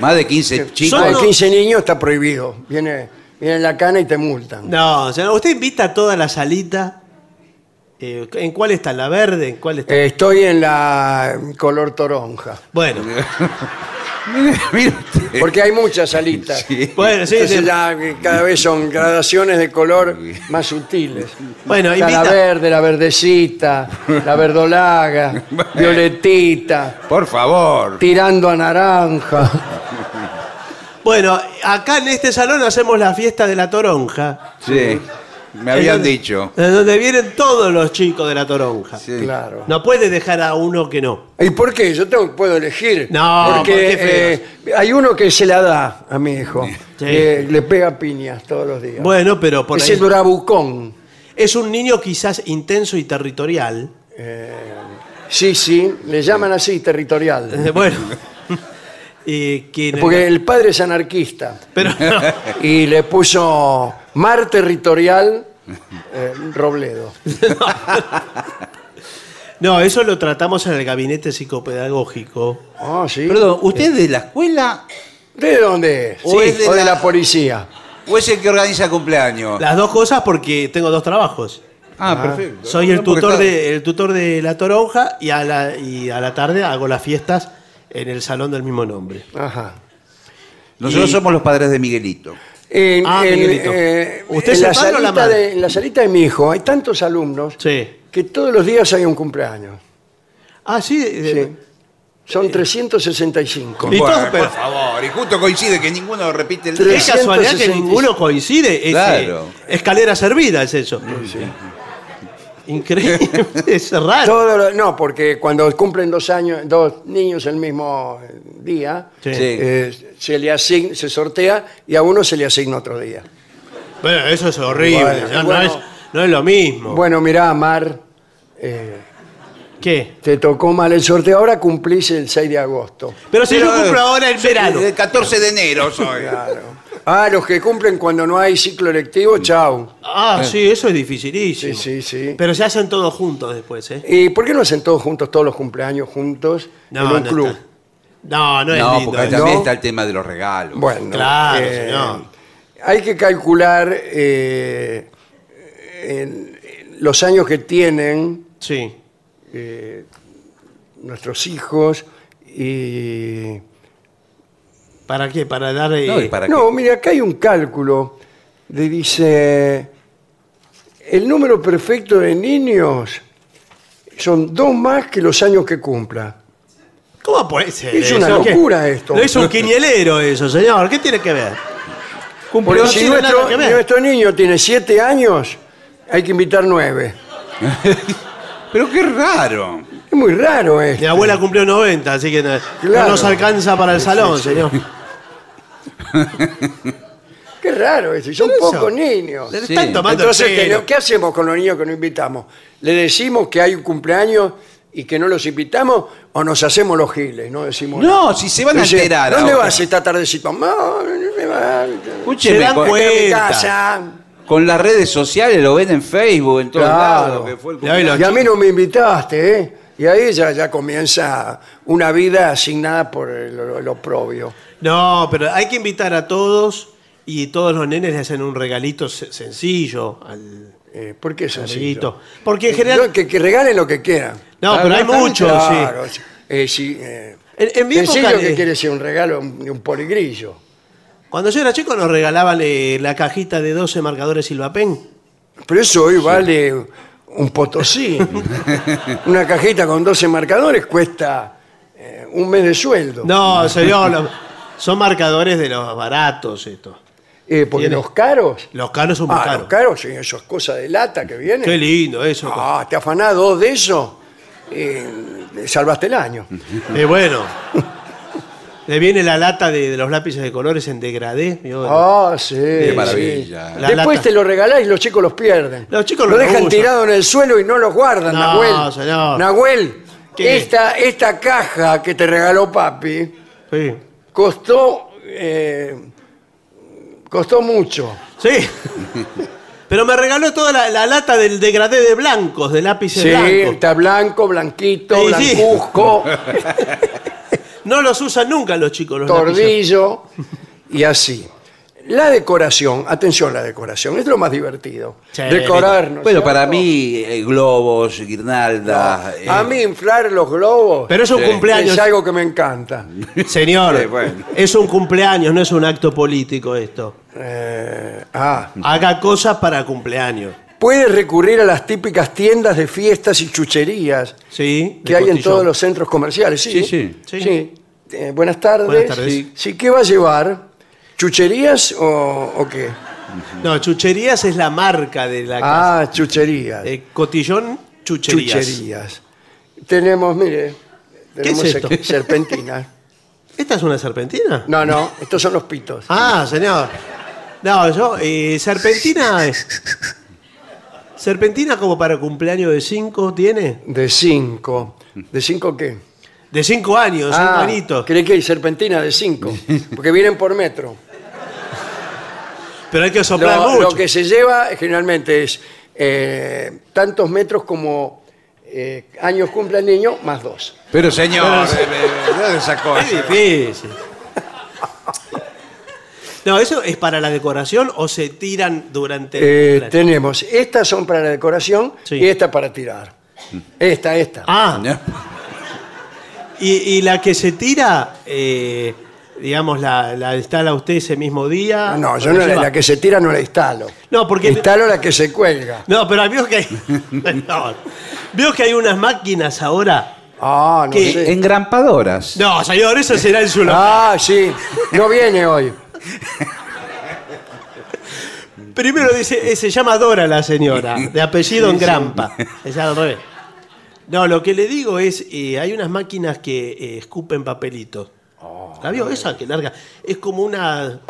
C: Más de 15 chicos.
A: Más de
B: Son-
A: 15 niños está prohibido. Viene, viene la cana y te multan.
B: No, señor, usted invita a toda la salita. Eh, ¿En cuál está? ¿La verde? ¿En cuál está?
A: Eh, estoy en la color toronja.
B: Bueno,
C: Mire usted.
A: Porque hay muchas alitas.
C: Sí.
B: bueno, Eh, sí,
A: Entonces
B: sí.
A: ya, eh, cada vez son gradaciones de color más sutiles.
B: Bueno,
A: Está la
B: invita-
A: verde, la verdecita, la verdolaga, violetita,
C: Por favor.
A: tirando a naranja.
B: Bueno, acá en este salón hacemos la fiesta de la toronja.
C: Sí. Me
B: En
C: habían
B: donde-
C: dicho.
B: en donde vienen todos los chicos de la toronja.
C: Sí.
A: Claro.
B: No puede dejar a uno que no.
A: ¿Y por qué? Yo tengo, puedo elegir.
B: No,
A: porque
B: ¿por qué
A: eh, hay uno que se la da a mi hijo.
B: Sí.
A: Eh, le pega piñas todos los días.
B: Bueno, pero por
A: es
B: ahí-
A: el bravucón.
B: Es un niño quizás intenso y territorial.
A: Sí, sí, le llaman así, territorial.
B: Eh, Bueno. Eh, que en el-
A: Porque el padre es anarquista
B: Pero
A: y le puso mar territorial eh, Robledo.
B: no, eso lo tratamos en el gabinete psicopedagógico.
A: Ah, sí.
C: Perdón, ¿usted es de la escuela
A: ¿De dónde es?
C: O
A: Sí,
C: es de
A: o de
C: la-
A: la policía.
C: o es el que organiza cumpleaños?
B: Las dos cosas porque tengo dos trabajos.
C: Ah, perfecto.
B: Soy el
C: No, porque
B: tutor
C: está-
B: de, el tutor de la toronja y a la, y a la tarde hago las fiestas en el salón del mismo nombre.
A: Ajá.
C: Nosotros
B: y-
C: somos los padres de Miguelito.
A: En,
B: Ah,
A: en,
B: Miguelito.
A: eh,
B: ¿Usted
A: en
B: es el
A: la
B: padre o la
A: salita
B: madre?
A: de- en la salita de mi hijo hay tantos alumnos
B: Sí.
A: que todos los días hay un cumpleaños.
B: Ah, sí. eh,
A: Sí. Son 365.
B: Y todos, pero-
C: por favor, y justo coincide que ninguno repite el
B: Qué
C: día.
A: Tres.
B: casualidad que
A: 365.
B: ninguno coincide. Es, eh,
C: Claro.
B: Escalera servida es eso. Increíble. es raro.
A: Todos los- no, porque cuando cumplen dos años, dos niños el mismo eh, día,
B: Sí.
C: Sí.
A: eh, se le asign- se sortea y a uno se le asigna otro día.
B: Bueno, eso es horrible.
A: Bueno,
B: ya
A: bueno.
B: no, es, no es lo mismo.
A: Bueno, mirá, Mar, eh,
B: ¿Qué?
A: te tocó mal el sorteo, ahora cumplís el 6 de agosto.
B: Pero si
C: Pero, eh,
B: yo cumplo ahora en
C: Soy
B: verano.
C: del 14 de enero soy.
A: Claro. Ah, los que cumplen cuando no hay ciclo electivo, chao.
C: Eh.
B: Ah, sí, eso es dificilísimo.
A: Sí, sí, sí.
B: Pero se hacen todos juntos después, ¿eh?
A: ¿Y por qué no hacen todos juntos, todos los cumpleaños juntos en un club?
B: está. No, no es
C: No,
B: lindo.
C: porque
B: ¿eh?
C: también
A: ¿No?
C: está el tema de los regalos.
A: Bueno, eh,
B: Claro, señor.
A: hay que calcular eh, el- los años que tienen
B: Sí.
A: nuestros hijos y...
B: ¿Para qué? Para dar... eh,
C: No, y para
A: No, mira, acá hay un cálculo. Le dice, el número perfecto de niños son dos más que los años que cumpla.
B: ¿Cómo puede ser
A: Es una
B: eso? ¿Qué?
A: locura esto.
B: Lo hizo un quinielero eso, señor. ¿Qué tiene que ver?
A: Porque
B: no
A: si
B: tiene nada
A: nuestro,
B: que ver.
A: nuestro niño tiene siete años, hay que invitar nueve.
C: que- Pero qué raro.
A: Es muy raro esto.
B: Mi abuela cumplió 90, así que no,
A: Claro.
B: no nos alcanza para el salón, señor.
A: Qué raro esto. y Son
B: Por eso.
A: pocos niños.
B: Le
C: Sí.
B: están tomando el
A: Entonces, ¿qué,
B: pelo.
A: ¿qué hacemos con los niños que no invitamos? ¿Le decimos que hay un cumpleaños y que no los invitamos o nos hacemos los giles? No decimos nada?
C: No, si se van a
A: Dice,
C: enterar.
A: ¿Dónde
C: ahora.
A: vas esta tardecita? No, no me va.
B: Se
C: Escúcheme,
B: dan
C: con,
B: cuenta.
A: Voy a mi
B: Cuenta.
A: casa.
C: con las redes sociales lo ven en Facebook, en todos
A: Claro.
C: lados. que fue el
B: Le doy los
A: Y a mí no me invitaste, ¿eh? Y ahí ya, ya comienza una vida asignada por lo, lo propio.
B: No, pero hay que invitar a todos y todos los nenes le hacen un regalito se- sencillo al
A: Eh, ¿Por qué es así?
B: amiguito. Porque en
A: Eh,
B: general.
A: que, que regalen lo que quieran.
B: No,
C: Claro,
B: pero hay
C: claro,
B: muchos, sí.
A: claro. eh, sí, eh.
B: En, en mi
A: Sencillo
B: época,
A: que
B: eh,
A: quiere ser un regalo, un, un poligrillo.
B: cuando yo era chico, nos regalaban eh, la cajita de 12 marcadores Silvapen.
A: Pero eso hoy vale un potosí. Una cajita con 12 marcadores cuesta eh, un mes de sueldo.
B: No, señor, lo- son marcadores de los baratos estos.
A: Eh, porque
B: tiene-
A: los caros.
B: Los caros son muy
A: Ah,
B: caros.
A: los caros, sí, eso es cosa de lata que viene.
B: Qué lindo eso.
A: Ah, te afanás dos de eso, eh, salvaste el año.
B: Eh, bueno. Le viene la lata de, de los lápices de colores en degradé. y bueno.
A: Ah, sí. Qué
C: maravilla.
B: La
A: Después
B: lata.
A: te lo regalás y los chicos los pierden.
B: Los chicos
A: lo
B: los
A: dejan
B: usan.
A: tirado en el suelo y no los guardan,
B: No,
A: Nahuel.
B: señor.
A: Nahuel,
B: ¿Qué?
A: esta, esta caja que te regaló papi
B: Sí.
A: costó, eh, costó mucho.
B: Sí. Pero me regaló toda la, la lata del degradé de blancos, de lápices
A: Sí,
B: blancos.
A: está blanco, blanquito,
B: Sí, sí.
A: blancuzco,
B: No los usan nunca los chicos, los lápices.
A: tordillo y así. La decoración, atención la decoración, es lo más divertido.
B: Sí.
A: Decorar, ¿no es
C: Bueno,
A: cierto?
C: para mí, eh, globos, guirnaldas. eh,
A: A mí inflar los globos
B: Pero es un
C: Sí.
B: cumpleaños,
A: es algo que me encanta.
B: señor.
C: Sí, bueno.
B: Es un cumpleaños, no es un acto político esto.
A: Eh, ah,
B: Haga cosas para cumpleaños.
A: puedes recurrir a las típicas tiendas de fiestas y chucherías
B: Sí. de
A: que hay en
B: cotillón.
A: todos los centros comerciales. Sí,
C: Sí, sí.
B: Sí.
A: Eh, buenas tardes.
B: Buenas tardes.
A: Sí. Sí, ¿Qué va a llevar? ¿Chucherías o, o qué?
B: No, chucherías es la marca de la casa.
A: Ah, chucherías.
B: Eh, cotillón, chucherías.
A: Chucherías. Tenemos, mire, tenemos
B: es esto?
A: aquí serpentinas.
B: ¿Esta es una serpentina?
A: No, no, estos son los pitos.
B: Ah, señor. No, yo, eh, serpentina. eh, serpentina como para cumpleaños de 5 tiene.
A: De cinco. ¿De cinco qué?
B: De 5 años,
A: Ah,
B: un manito.
A: Creí que hay serpentina de 5, porque vienen por metro.
B: Pero hay que soplar
A: Lo,
B: mucho.
A: lo que se lleva generalmente es eh, tantos metros como eh, años cumple el niño, más dos.
C: Pero señor, eh, eh, no de esa cosa.
B: Es difícil. No, ¿eso es para la decoración o se tiran durante
A: Eh,
B: el plan?
A: tenemos, estas son para la decoración
B: Sí. Mm.
A: y esta para tirar. Esta, esta.
B: Ah,
C: No.
B: y, y la que se tira, eh, digamos, la, la instala usted ese mismo día.
A: no, no, yo
B: ¿Lo
A: no, la,
B: Ah, lleva?
A: la que se tira no la instalo.
B: No, porque-
A: Instalo la que se cuelga.
B: No, pero veo que hay. No. Veo que hay unas máquinas ahora.
A: Ah, no
B: ¿Qué?
A: sé.
C: eh, Engrampadoras.
B: No, señor, eso será en su lugar.
A: Ah, sí. No viene hoy.
B: Primero dice, eh, se llama Dora la señora, de apellido en Grampa. Es al revés. No, lo que le digo es, eh, hay unas máquinas que eh, escupen papelitos. ¿La vio? Esa que larga. Es como una,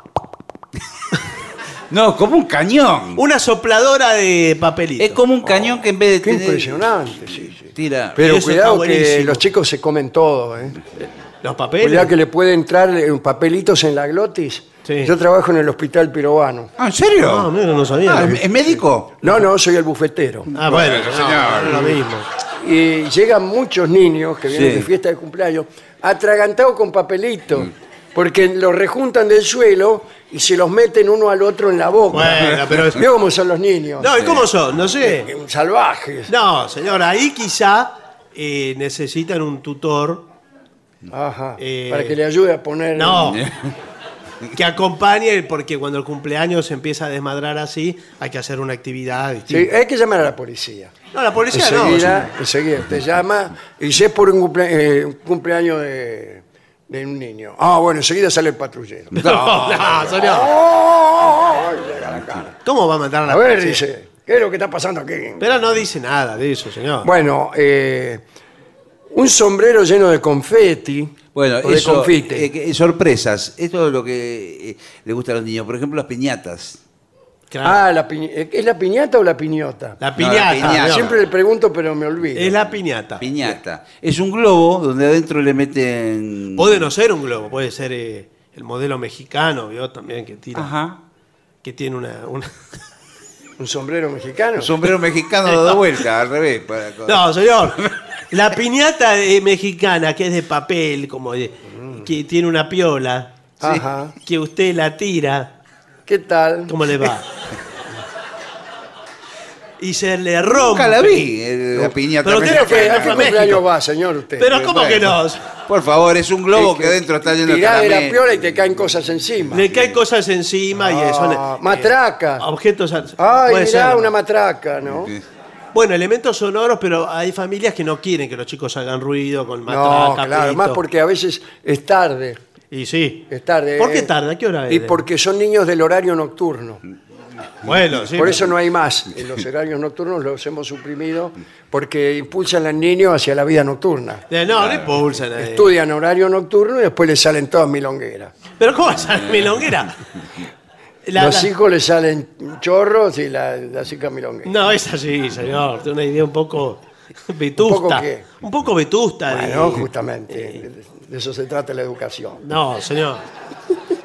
C: No, como un cañón.
B: una sopladora de papelitos.
C: Es como un cañón que en vez de
A: Qué
C: tener.
A: impresionante, sí, sí.
C: tira.
B: Y
A: Pero
B: eso
A: cuidado
B: está
A: que
B: buenísimo.
A: los chicos se comen todo, ¿eh?
B: Los papeles.
A: Cuidado que le puede entrar eh, papelitos en la glotis.
B: Sí.
A: Yo trabajo en el hospital pirobano.
C: Ah, ¿en serio?
B: No, mira, no sabía.
C: Ah, ¿Es médico?
A: No, no, soy el bufetero.
B: Ah, bueno,
H: Bueno,
B: no,
H: señor.
B: no es lo mismo.
A: Y llegan muchos niños que vienen
C: Sí.
A: de fiesta de cumpleaños atragantados con
B: Mm.
A: papelitos. Porque los rejuntan del suelo y se los meten uno al otro en la boca.
B: Bueno, pero es-
A: Mira cómo son los niños.
B: No, ¿y cómo son? No sé.
A: Salvajes.
B: No, señor, ahí quizá eh, necesitan un tutor
A: Ajá.
B: Eh,
A: Para que le ayude a poner.
B: No. Que acompañe, porque cuando el cumpleaños se empieza a desmadrar así, hay que hacer una actividad
A: Sí,
B: distinta.
A: hay que llamar a la policía.
B: No, la policía no.
A: Enseguida, enseguida te llama y si es por un, cumplea- eh, un cumpleaños de, de un niño. Ah, bueno, enseguida sale el patrullero.
B: No, no, señor.
A: ¡Oh! Llega la cara.
B: ¿Cómo va a mandar a la
A: A ver,
B: policía?
A: dice, ¿qué es lo que está pasando aquí?
B: Pero no dice nada de eso, señor.
A: Bueno, eh, un sombrero lleno de confeti
C: Bueno,
A: o de
C: eso,
A: confite.
C: eh, que- sorpresas. Esto es lo que eh, le gusta a los niños. Por ejemplo, las piñatas.
B: Claro.
A: ah, la piñ- eh, ¿es la piñata o la piñota? Ah,
B: la
C: no, la
B: piñata.
C: piñata.
B: señor.
A: Siempre le pregunto, pero me olvido.
B: Es la piñata.
C: Piñata. Es un globo donde adentro le meten...
B: Puede no ser un globo, puede ser eh, el modelo mexicano, vio también que tira,
C: Ajá.
B: que tiene una, una-
A: ¿Un sombrero mejicano?
C: Un sombrero mexicano dado vuelta, al revés. para-
B: No, señor. La piñata eh, mexicana que es de papel, como de- que tiene una piola,
A: Ajá.
B: que usted la tira,
A: ¿Qué tal?
B: ¿cómo le va? Y se le rompe.
C: Nunca la vi, eh, la piñata
B: Pero usted
A: ¿A qué,
B: no
C: mexicana.
A: a qué
B: México.
A: cumpleaños va, señor, usted?
B: Pero ¿cómo que no?
C: Por favor, es un globo que, adentro está lleno de
A: Tirá de la
C: caramelo.
A: piola y te caen cosas encima.
B: Le caen cosas encima y son
A: Ah, matracas.
B: objetos. ar-
A: Ay,
B: Ah, puede
A: mirá,
B: ser.
A: una matraca, ¿no?
B: Bueno, elementos sonoros, pero hay familias que no quieren que los chicos hagan ruido con matraca,
A: No, claro,
B: pito.
A: más porque a veces es tarde.
B: Y sí.
A: Es tarde.
B: ¿Por qué
A: eh.
B: tarde? ¿A qué hora es?
A: Y porque son niños del horario nocturno.
B: Bueno, sí.
A: Por eso no hay más. En Los horarios nocturnos los hemos suprimido porque impulsan al niño hacia la vida nocturna.
B: Eh, No, no impulsan. eh.
A: Estudian horario nocturno y después les salen todas milongueras.
B: Pero ¿cómo es la milonguera? La-
A: Los
B: la-
A: hijos les salen chorros y la, la chica milonguera.
B: No, es así, señor. Tiene una idea un poco vetusta.
A: ¿Un poco qué?
B: Un poco vetusta. de-
A: Bueno, justamente, de eso se trata la educación.
B: No, señor.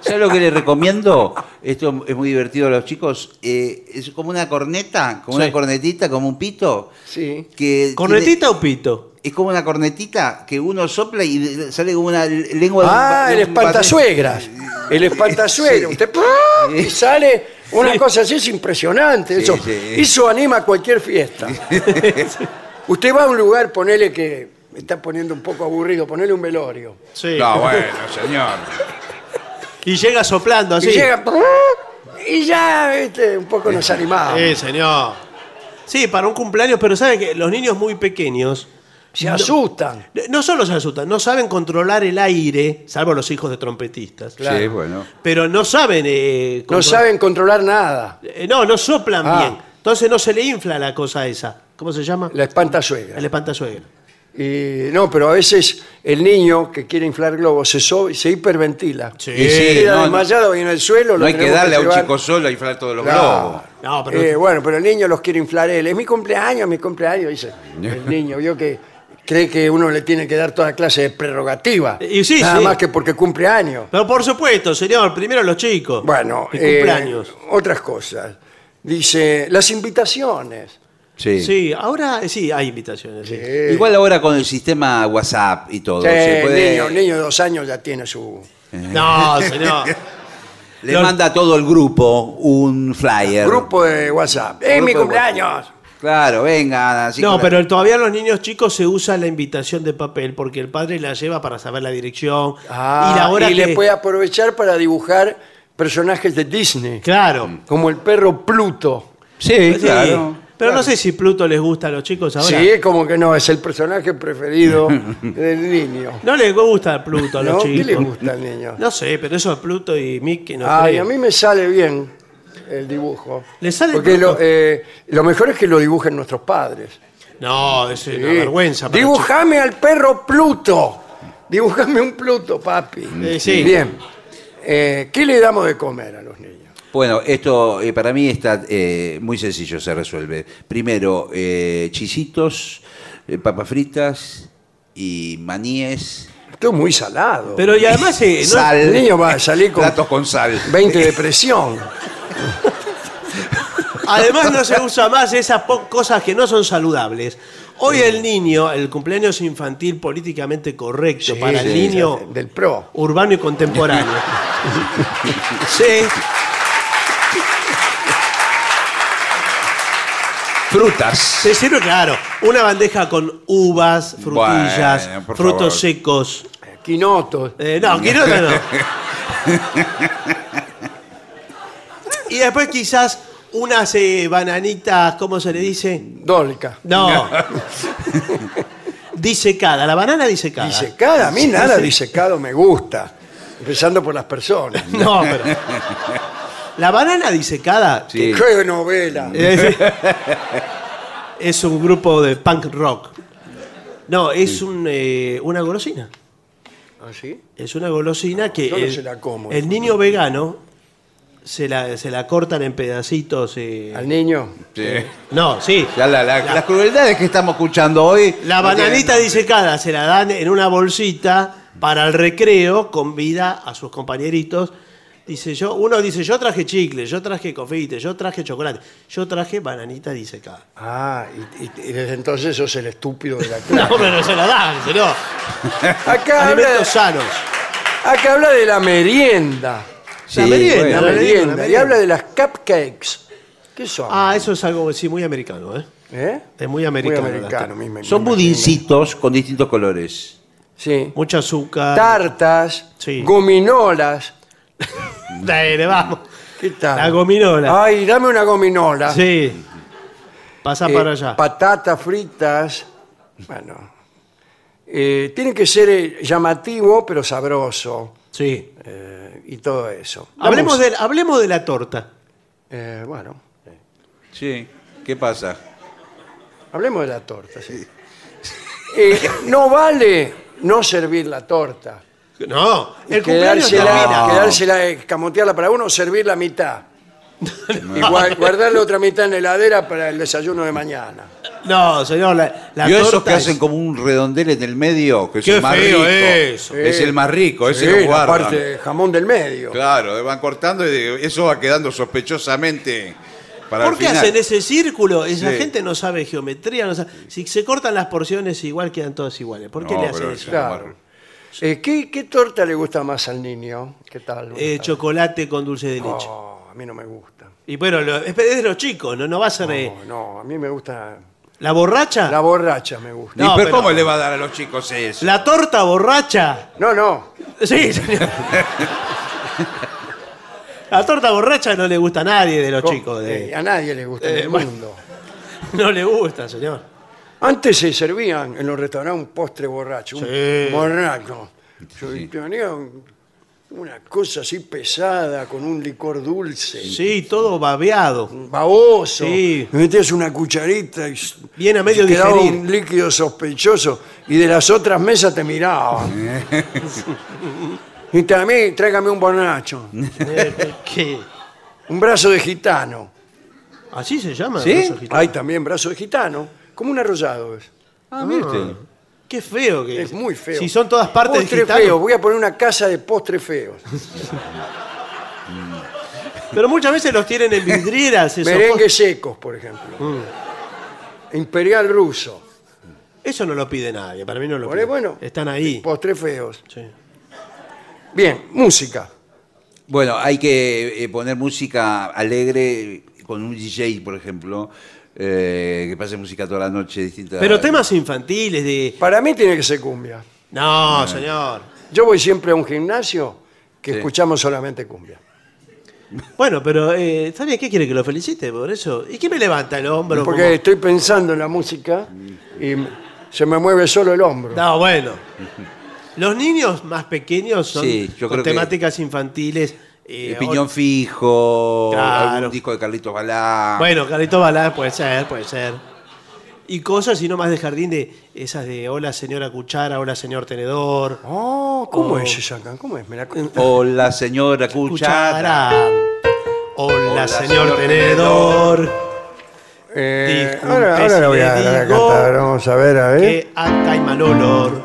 C: ¿Sabes lo que les recomiendo? Esto es muy divertido a los chicos. Eh, es como una corneta, como
B: Sí.
C: una cornetita, como un pito.
A: Sí.
C: Que
B: ¿Cornetita
C: tiene-
B: o pito?
C: es como una cornetita que uno sopla y le- sale como una l- lengua de un
A: Ah,
C: pa-
A: el
C: de un papel.
A: espantasuegras. El espantazuegro.
C: Sí.
A: Usted ¡pum! y sale una cosa así, es impresionante.
C: Sí,
A: Eso,
C: sí.
A: eso anima cualquier fiesta. Usted va a un lugar, ponele que me está poniendo un poco aburrido, ponele un velorio.
B: Sí.
H: No, bueno, señor.
B: Y llega soplando así.
A: Y llega ¡pum! y ya este, un poco
C: Eh,
A: nos animamos.
B: Sí, señor. Sí, para un cumpleaños, pero sabe que los niños muy pequeños
A: Se asustan.
B: no solo se asustan, no saben controlar el aire, salvo los hijos de trompetistas.
C: Sí, bueno.
B: Pero no saben. eh,
A: No
B: controlar-
A: saben controlar nada.
B: Eh, no, no soplan
A: Ah.
B: bien. Entonces no se le infla la cosa esa. ¿Cómo se llama?
A: La espantasuegra.
B: El espantazuegro.
A: Y, no, pero a veces el niño que quiere inflar globos se, so- se hiperventila.
B: Sí.
A: Y se queda
C: no,
A: desmayado ahí en el suelo.
C: No
A: lo
C: hay que
A: tenemos
C: darle a un
A: llevar-
C: chico solo a inflar todos los globos.
A: Claro.
B: No, pero-
A: Eh, bueno, pero el niño los quiere inflar él. Es mi cumpleaños, mi cumpleaños, dice el niño. Vio que cree que uno le tiene que dar toda clase de prerrogativa.
B: Y sí,
A: Nada
B: sí.
A: más que porque cumple años.
B: Pero por supuesto, señor, primero los chicos.
A: Bueno,
B: Y
A: eh,
B: cumpleaños.
A: otras cosas. Dice, las invitaciones.
C: Sí.
B: Sí, ahora eh, sí hay invitaciones. sí.
A: Eh,
C: Igual ahora con el sistema WhatsApp y todo.
A: sí,
C: se puede-
A: niño, niño de dos años ya tiene su...
B: No, señor.
C: le
B: los-
C: manda a todo el grupo un flyer.
A: Grupo de WhatsApp. ¡Es
C: Grupo
A: mi
C: de
A: cumpleaños!
C: Claro, venga. así
B: No,
C: con la-
B: pero todavía los niños chicos se usa la invitación de papel porque el padre la lleva para saber la dirección
A: Ah,
B: y la hora que-
A: le puede aprovechar para dibujar personajes de Disney,
B: Claro.
A: como el perro Pluto.
C: Sí,
B: Sí,
C: claro.
B: Pero no sé si Pluto les gusta a los chicos ahora.
A: Sí, como que no, es el personaje preferido del niño.
B: No les gusta Pluto a los
A: ¿No?
B: chicos.
A: ¿Qué le gusta al niño?
B: No sé, pero eso es Pluto y Mickey no
A: Ay,
B: creo.
A: a mí me sale bien el dibujo.
B: ¿Le sale
A: Porque
B: Pluto?
A: lo, eh, lo mejor es que lo dibujen nuestros padres.
B: No, es una
A: Sí.
B: vergüenza. para los chicos.
A: Dibujame al perro Pluto. Dibujame un Pluto, papi.
B: Eh, sí.
A: Bien. Eh, ¿Qué le damos de comer a los niños?
C: Bueno, esto eh, para mí está eh, muy sencillo, se resuelve. Primero, eh, chisitos, eh, papas fritas y maníes.
A: Esto es muy salado.
B: Pero y además, eh, no-
C: Sal.
A: El niño va a salir con
C: Platos con sal.
A: 20 de presión.
B: además no se usa más esas po- cosas que no son saludables. Hoy el niño, el cumpleaños infantil políticamente correcto para el
A: Sí,
B: niño
A: Del pro.
B: urbano y contemporáneo. sí,
C: Frutas.
B: se sirve, claro, una bandeja con uvas, frutillas,
C: Bueno, por
B: frutos
C: favor.
B: secos.
A: Quinotos.
B: Eh, no, Quiroga no. y después quizás unas eh, bananitas, ¿cómo se le dice?
A: Dolca.
B: No. disecada, la banana disecada.
A: Disecada. A mí
B: Sí,
A: nada
B: sí.
A: disecado me gusta. Empezando por las personas.
B: No, pero. La banana disecada
C: Sí.
A: ¡Qué novela!
B: es, es un grupo de punk rock. No, es un, eh, una golosina.
A: ¿Ah, sí?
B: Es una golosina que
A: yo no
B: el,
A: se la como.
B: el niño vegano se la, se la cortan en pedacitos. eh.
A: Al niño.
C: Sí.
B: No, sí.
C: Ya la- la-
B: La-
C: las crueldades que estamos escuchando hoy.
B: La bananita disecada se la dan en una bolsita para el recreo, convida a sus compañeritos. Dice yo, uno dice, yo traje chicle, yo traje confite, yo traje chocolate, yo traje bananita disecada.
A: Ah, y, y- y desde entonces sos el estúpido de la
B: No,
A: clase.
B: pero se la dan, se no.
A: Acá, habla,
B: Alimentos sanos.
A: acá habla de la merienda.
C: Sí,
B: la
A: La
B: merienda,
C: bueno.
B: la
A: merienda.
B: merienda.
A: Y habla de las cupcakes. ¿Qué son?
B: Ah, eso es algo, sí, muy americano, ¿eh?
A: ¿Eh?
B: Es muy americano.
A: Muy americano. me- me-
C: Son
A: me
C: budincitos con distintos colores.
A: imagino. Sí.
B: Mucho azúcar.
A: Tartas.
B: Sí.
A: Gominolas.
B: Dale, vamos.
A: ¿Qué tal?
B: La gominola.
A: Ay, dame una gominola.
B: Sí. Pasa
A: Ah. Eh,
B: para allá.
A: Patatas fritas. Bueno. Eh, tiene que ser eh, llamativo, pero sabroso.
B: Sí.
A: eh, y todo eso. La
B: Hablemos
A: música.
B: de, hablemos de la torta.
A: Eh, bueno.
C: Sí. ¿Qué pasa?
A: Hablemos de la torta, sí. Eh, no vale no servir la torta.
B: No, el cumpleaños
A: Quedársela,
B: termina.
A: quedársela, escamotearla para uno, servir la mitad. Y gua- guardar la otra mitad en la heladera para el desayuno de mañana.
B: No, señor, la, la
C: Yo esos
B: torta
C: que
B: es-
C: hacen como un redondel en el medio, que es
B: Qué
C: el más
B: feo
C: rico.
B: eso.
C: Es el más rico, ese
A: Sí,
C: lo
A: la
C: guardan.
A: parte de jamón del medio.
C: Claro, eh, van cortando y de- eso va quedando sospechosamente para
B: ¿Por
C: el
B: qué
C: final.
B: hacen ese círculo? Esa
C: Sí.
B: gente no sabe geometría, no sabe- Si se cortan las porciones igual, quedan todas iguales. ¿Por qué
C: No,
B: le hacen
C: pero
B: eso?
C: ya.
A: Claro. Eh, ¿qué, qué torta le gusta más al niño? ¿Qué tal?
B: Eh, chocolate con dulce de leche.
A: Oh, a mí no me gusta.
B: Y bueno, lo- es de los chicos, no, no va a ser... eh,
A: No, no, a mí me gusta.
B: ¿La borracha?
A: La borracha me gusta.
C: Ni-
B: No,
C: pero
B: pero-
C: ¿Cómo le va a dar a los chicos eso?
B: ¿La torta borracha?
A: No, no.
B: Sí, señor. La torta borracha no le gusta a nadie de los chicos. de-
A: Eh, a nadie le gusta en
B: Eh,
A: el
B: bueno.
A: mundo.
B: No le gusta, señor.
A: Antes se servían en los restaurantes un postre borracho, un
B: Sí.
A: borracho. Yo tenía un- una cosa así pesada con un licor dulce,
B: Sí, todo babeado.
A: Mm. baboso.
B: Sí.
A: Le metías una cucharita y s-
B: Bien a medio
A: quedaba
B: digerir.
A: un líquido sospechoso y de las otras mesas te miraban. y también tráigame un borracho,
B: Eh, ¿Qué?
A: un brazo de gitano.
B: ¿Así se llama?
C: ¿Sí?
B: Rosa Gitana?
A: Hay también brazo de gitano, como un arrollado es.
C: Ah, mire usted.
B: Qué feo que
A: Es muy feo.
B: Si son todas partes de
A: postre
B: gitano.
A: feo. Voy a poner una casa de postre feo.
B: Pero muchas veces los tienen en vidrieras. esos
A: Merengue
B: postres.
A: secos, por ejemplo. Imperial ruso.
B: Eso no lo pide nadie. Para mí no lo
A: Por ahí,
B: pide.
A: bueno,
B: Están ahí.
A: Postres feos.
B: Sí.
A: Bien, música.
C: Bueno, hay que eh, poner música alegre con un DJ, por ejemplo, eh, que pase música toda la noche distinta.
B: Pero temas infantiles de.
A: Para mí tiene que ser cumbia.
B: No, señor.
A: Yo voy siempre a un gimnasio que
C: Sí.
A: escuchamos solamente cumbia.
B: Bueno, pero eh, está bien, ¿qué quiere que lo felicite por eso? ¿Y qué me levanta el hombro?
A: Porque estoy pensando en la música y m- se me mueve solo el hombro.
B: como- No, bueno. Los niños más pequeños son
C: Sí, yo
B: con
C: creo que-
B: temáticas infantiles. eh,
C: El piñón fijo,
B: Claro.
C: algún disco de Carlitos Balá.
B: Bueno, Carlito Balá puede ser, puede ser. Y cosas, y no más de jardín, de esas de hola señora cuchara, hola señor tenedor.
A: Oh, ¿cómo
B: Oh.
A: es esa can- ¿Cómo es? Me la cuenta.
C: O la señora Cuchara.
B: Cuchara. Hola,
C: Hola,
B: señor
C: señor
B: tenedor.
A: Eh,
B: Disculpe
A: ahora ahora
B: si
A: la voy
B: le
A: a, la voy a
B: digo
A: cantar, ¿eh? vamos a ver, a ver.
B: Que acá hay mal olor.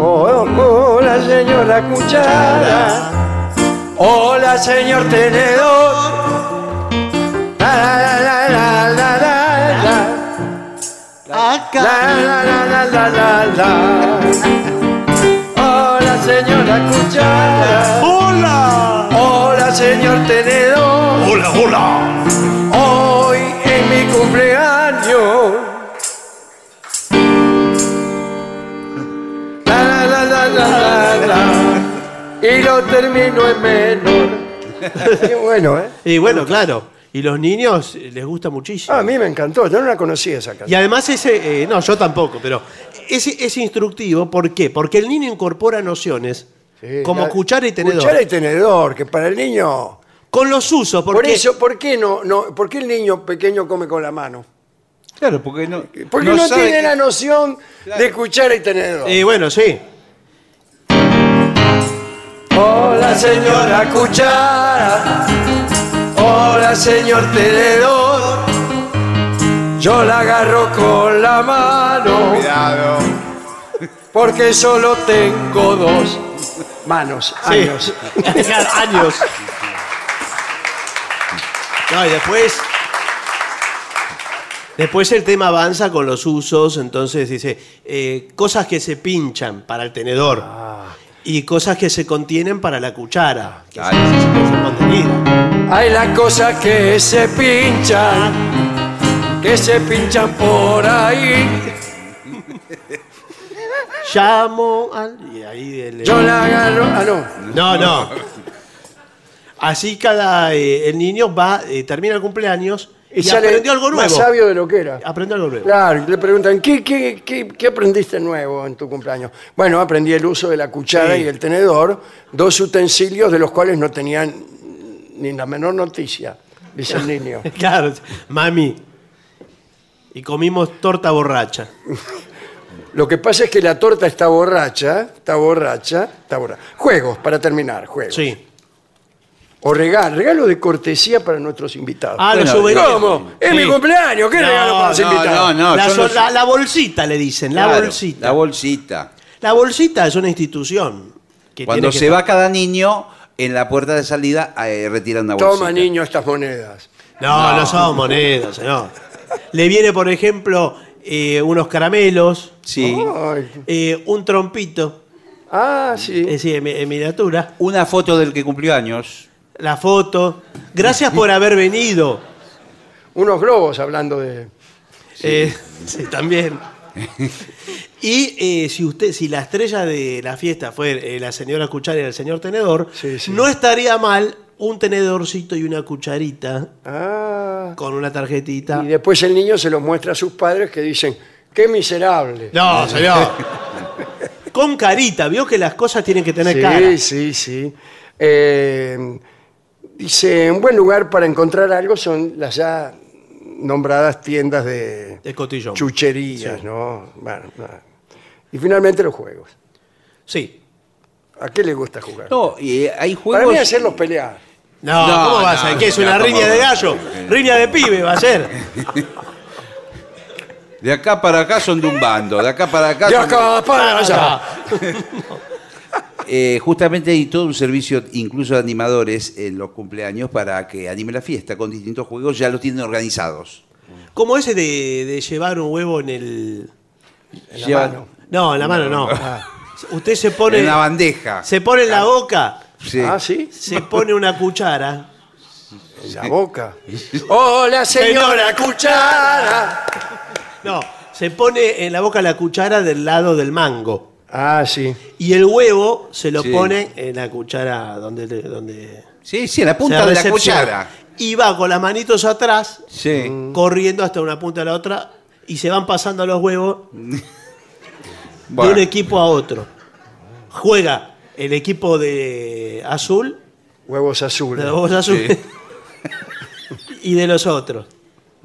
A: Oh, oh, hola señora cuchara. Hola señor tenedor. La, la, la, la, la, la, la, la. La, la, la, la, la, la, la. Hola señora cuchara.
B: ¡Hola!
A: Hola señor tenedor.
B: ¡Hola, hola!
A: Hoy es mi cumpleaños. La, la, la, la, la, la, la. Y lo termino en menor. Qué bueno, ¿eh?
B: Y bueno, claro. Y los niños eh, les gusta muchísimo.
A: Ah, A mí me encantó, yo no la conocía esa
B: Y
A: canción.
B: además ese, eh, no, yo tampoco, pero ese es instructivo, ¿por qué? Porque el niño incorpora nociones
A: Sí,
B: como
A: la-
B: cuchara y tenedor.
A: Cuchara y tenedor, que para el niño.
B: Con los usos,
A: Por,
B: porque
A: eso, ¿por qué no, no? ¿Por qué el niño pequeño come con la mano?
C: Claro, porque no.
A: Porque no,
C: sabe
A: tiene
C: que-
A: la noción de cuchara y tenedor.
B: Y eh, bueno, sí.
A: Hola señora cuchara, hola señor tenedor, yo la agarro con la mano,
H: Cuidado.
A: porque solo tengo dos manos, años.
B: Claro, años. No, y después. Después el tema avanza con los usos, entonces dice eh, cosas que se pinchan para el tenedor
A: Ah.
B: y cosas que se contienen para la cuchara. que
C: Claro.
B: se- se- se contenida.
A: Hay las cosas que se pinchan, que se pinchan por ahí,
B: Llamo al. Y ahí el-
A: Eh, yo la agarro, ah no,
B: No, no. Así cada eh, el niño va eh, termina el cumpleaños y, aprendió algo
A: más
B: nuevo. Ah.
A: sabio de lo que era.
B: Aprendió algo nuevo.
A: Claro, y le preguntan, ¿qué, qué, qué, qué aprendiste nuevo en tu cumpleaños? Bueno, aprendí el uso de la cuchara
B: Sí.
A: y el tenedor, dos utensilios de los cuales no tenían ni la menor noticia, dice el niño.
B: Claro, mami. Y comimos torta borracha.
A: Lo que pasa es que la torta está borracha, está borracha, está borracha. Juegos, para terminar, juegos.
B: Sí.
A: O regalo, regalo de cortesía para nuestros invitados.
B: Ah, los
C: Bueno,
B: souvenirs.
A: ¿Cómo? Es
B: Sí.
A: mi cumpleaños, ¿qué
B: No,
A: regalo para los
C: no,
A: invitados?
C: no,
B: la,
C: yo
B: so-
C: no-
B: la- la bolsita le dicen, la
C: Claro,
B: bolsita.
C: La bolsita.
B: La bolsita es una institución. que
C: Cuando
B: tiene que
C: se va cada niño, en la puerta de salida eh, retiran una bolsita.
A: Toma, niño, estas monedas.
B: No, no, son monedas, señor. Le viene, por ejemplo, eh, unos caramelos,
C: Sí.
A: Oh. Ay.
B: eh, un trompito,
A: Ah, sí.
B: es decir, en, mi- en miniatura,
C: Una foto del que cumplió años.
B: la foto. Gracias por haber venido.
A: Unos globos hablando de...
B: Eh, sí, también. Y eh, si usted, si la estrella de la fiesta fue eh, la señora cuchara y el señor tenedor,
A: Sí, sí.
B: no estaría mal un tenedorcito y una cucharita
A: Ah.
B: con una tarjetita.
A: Y después el niño se lo muestra a sus padres que dicen, qué miserable.
B: No, señor. con carita, vio que las cosas tienen que tener
A: sí,
B: cara.
A: sí, sí. Eh, dice, un buen lugar para encontrar algo son las ya nombradas tiendas de
B: De cotillón.
A: chucherías, ¿no? Bueno, nada. Y finalmente los juegos.
B: Sí.
A: ¿A qué le gusta jugar?
C: No, y eh, hay
A: Para
C: juegos.
A: mí hacerlos pelear.
B: No,
C: No,
B: ¿cómo va a
C: no,
B: ser? ¿Qué es
C: no,
B: una
C: ¿cómo
B: riña de
C: va Eh. a
B: gallo?
C: ser?
B: Riña de pibe va a ser.
C: De acá para acá son de un bando, de acá para acá.
A: De
C: son-
A: acá para allá.
B: Ah,
C: Eh, justamente hay todo un servicio, incluso de animadores, en los cumpleaños para que anime la fiesta con distintos juegos, ya los tienen organizados.
B: Como ese de, de llevar un huevo en el.
C: Llevan-
B: No, en la mano no. Ah. Usted se pone.
C: En la bandeja.
B: Se pone en la boca,
C: Sí.
A: Ah, ¿sí?
B: se pone una cuchara.
A: En la boca. Hola, señora cuchara.
B: No, se pone en la boca la cuchara del lado del mango.
A: Ah, sí.
B: Y el huevo se lo
C: Sí.
B: pone en la cuchara donde. donde
C: Sí, sí, en la
B: se
C: punta de la
B: recepciona.
C: cuchara.
B: Y va con las manitos atrás,
C: Sí.
A: Mm.
B: corriendo hasta una punta a la otra, y se van pasando los huevos de un
C: Bueno,
B: equipo a otro. Juega el equipo de azul,
A: Huevos
B: de
A: azules.
B: los huevos azules, y de los otros,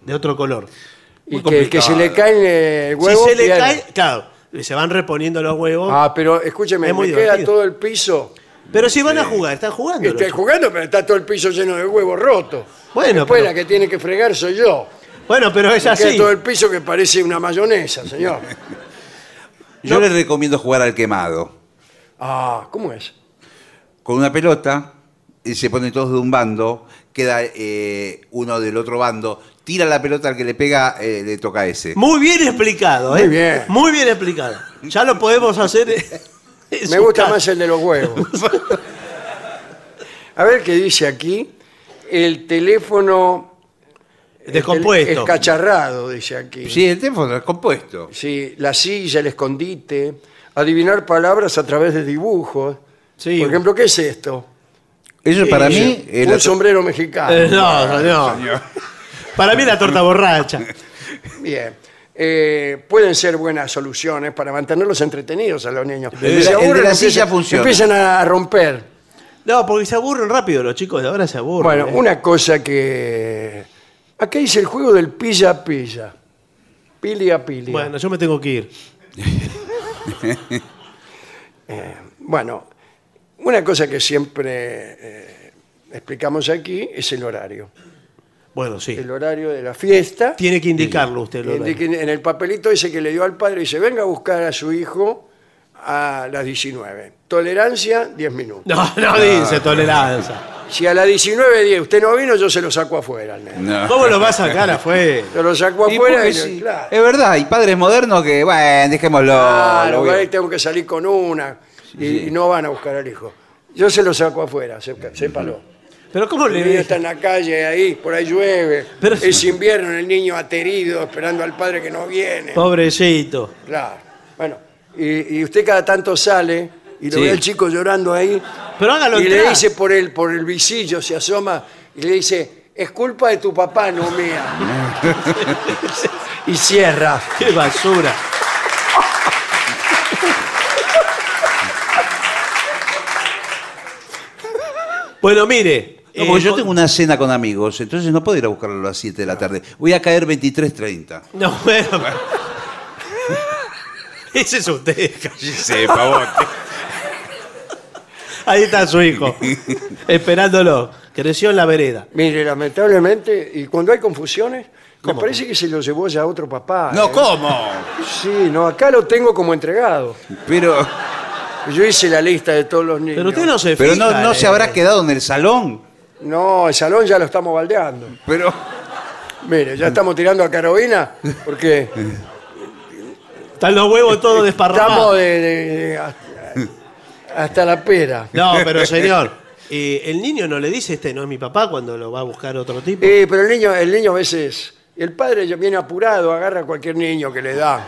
B: de otro color.
A: Y que, que se le caen eh, el
B: Si
A: huevo.
B: se le
A: pierde.
B: cae, claro, se van reponiendo los huevos.
A: Ah, pero escúcheme,
B: Es muy
A: me queda
B: divertido.
A: todo el piso. este,
B: pero si van a jugar, están jugando.
A: Estoy
B: los-
A: jugando, pero está todo el piso lleno de huevos rotos.
B: Bueno,
A: Después
B: pero-
A: la que tiene que fregar soy yo.
B: Bueno, pero es
A: Queda
B: así.
A: todo el piso que parece una mayonesa, señor.
C: Yo les recomiendo jugar al quemado.
A: Ah, ¿cómo es?
C: Con una pelota, y se ponen todos de un bando, queda eh, uno del otro bando, tira la pelota al que le pega, eh, le toca a ese.
B: Muy bien explicado, ¿eh?
A: Muy bien.
B: Muy bien explicado. Ya lo podemos hacer. en
A: Me
B: su
A: gusta
B: casa.
A: más el de los huevos. A ver qué dice aquí. El teléfono
B: Descompuesto.
A: escacharrado, dice aquí.
C: Sí, el teléfono es compuesto.
A: Sí, la silla, el escondite, adivinar palabras a través de dibujos.
B: Sí.
A: Por ejemplo, ¿qué es esto?
C: Eso para mí es
A: Un
C: Eh, la-
A: sombrero mexicano.
B: Eh, no, no. Para mí la torta borracha.
A: Bien. Eh, pueden ser buenas soluciones para mantenerlos entretenidos a los niños.
C: de la-
A: Se
C: el de
A: aburren,
C: la
A: empiezan-
C: silla funciona.
A: Empiezan a romper.
B: No, porque se aburren rápido los chicos de ahora se aburren.
A: Bueno,
B: ¿eh?
A: una cosa que... Acá dice el juego del pilla-pilla. Pilia-pilia.
B: Bueno, yo me tengo que ir.
A: Bueno, una cosa que siempre eh, explicamos aquí es el horario.
B: Bueno, sí.
A: El horario de la fiesta.
B: Tiene que indicarlo usted.
A: que
B: Lola.
A: indique- En el papelito dice que le dio al padre y dice, venga a buscar a su hijo a las 19. Tolerancia, 10 minutos.
B: No, no dice tolerancia.
A: Si a las 19.10 usted no vino, yo se lo saco afuera. al nene.
C: No.
B: ¿Cómo lo va a sacar afuera?
A: Yo lo saco
C: Y
A: afuera
C: porque
A: y,
C: sí,
A: claro,
C: Es verdad, hay padres modernos que, bueno, dejémoslo.
A: claro,
C: Ah, lo voy a-
A: ahí tengo que salir con una y, y no van a buscar al hijo. Yo se lo saco afuera, sepa- sépalo.
B: Pero ¿cómo le
A: El niño
B: dice?
A: está en la calle ahí, por ahí llueve.
B: Pero-
A: es invierno, el niño aterido, esperando al padre que no viene.
B: Pobrecito.
A: Claro. Bueno, y, y usted cada tanto sale y lo
C: Sí.
A: ve al chico llorando ahí.
B: Pero hágalo
A: Y le
B: entrar.
A: dice por el, por el visillo, se asoma y le dice, es culpa de tu papá, no mía. y cierra.
B: Qué basura. bueno, mire.
C: No, porque
B: eh,
C: yo
B: con-
C: tengo una cena con amigos, entonces no puedo ir a buscarlo a las 7 de la tarde. Voy a caer 23.30.
B: No, bueno. Ese es usted.
C: Sí, por favor.
B: Ahí está su hijo. esperándolo. Creció en la vereda.
A: Mire, lamentablemente, y cuando hay confusiones, me parece que se lo llevó ya otro papá.
C: No,
A: ¿eh?
C: ¿cómo?
A: Sí, no, acá lo tengo como entregado.
C: Pero,
A: Yo hice la lista de todos los niños.
B: Pero usted no se
C: pero no,
B: fija,
C: no se
B: eh.
C: habrá quedado en el salón.
A: No, el salón ya lo estamos baldeando.
C: Pero,
A: Mire, ya estamos tirando a Carolina porque
B: Están los huevos todos
A: estamos
B: desparramados.
A: de- de- de- hasta, hasta la pera.
B: No, pero señor. eh, el niño no le dice este no es mi papá cuando lo va a buscar otro tipo.
A: Eh, pero el niño, el niño a veces, el padre ya viene apurado, agarra a cualquier niño que le da.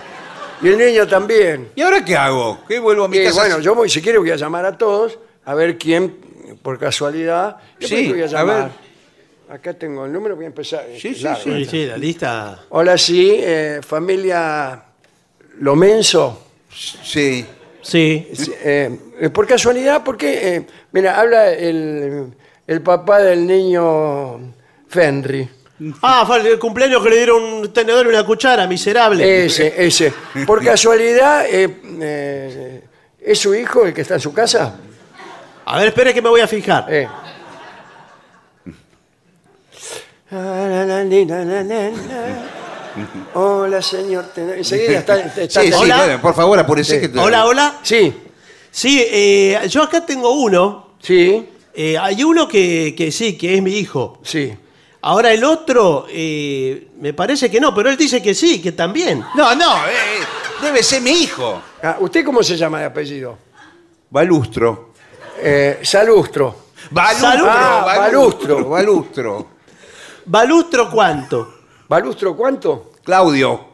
A: Y el niño también.
C: ¿y ahora qué hago? ¿Qué vuelvo a mi
A: Eh,
C: casa?
A: bueno, yo voy, si quiere, voy a llamar a todos a ver quién, por casualidad. Yo
C: Sí,
A: creo que voy a
C: a
A: llamar.
C: ver.
A: Acá tengo el número, voy a empezar.
C: Sí, sí,
A: Largo,
B: Sí,
A: ¿eh?
B: sí, la lista.
A: Hola, sí, eh, familia Lomenso.
C: Sí.
B: Sí.
A: Sí, eh, eh, por casualidad, porque, eh, mira, habla el, el papá del niño Fenry.
B: Ah, fue el cumpleaños que le dieron un tenedor y una cuchara, miserable.
A: Ese, ese. Por casualidad, eh, eh, ¿es su hijo el que está en su casa?
B: A ver, espere que me voy a fijar.
A: Eh. Hola, señor. ten- Enseguida está. está-
C: Sí, sí,
B: ¿Hola?
C: bueno, por favor, apurece que te-
A: eh.
B: Hola, hola.
A: Sí,
B: Sí, eh, yo acá tengo uno.
A: sí,
B: Eh, hay uno que, que sí, que es mi hijo.
A: sí.
B: Ahora el otro, eh, me parece que no, pero él dice que sí, que también.
C: No, no, eh, eh, debe ser mi hijo.
A: Ah, ¿Usted cómo se llama de apellido?
C: Balustro.
A: Eh, Salustro.
C: Balustro,
A: Ah,
C: balustro, balustro.
B: ¿Balustro cuánto?
A: ¿Balustro cuánto?
C: Claudio,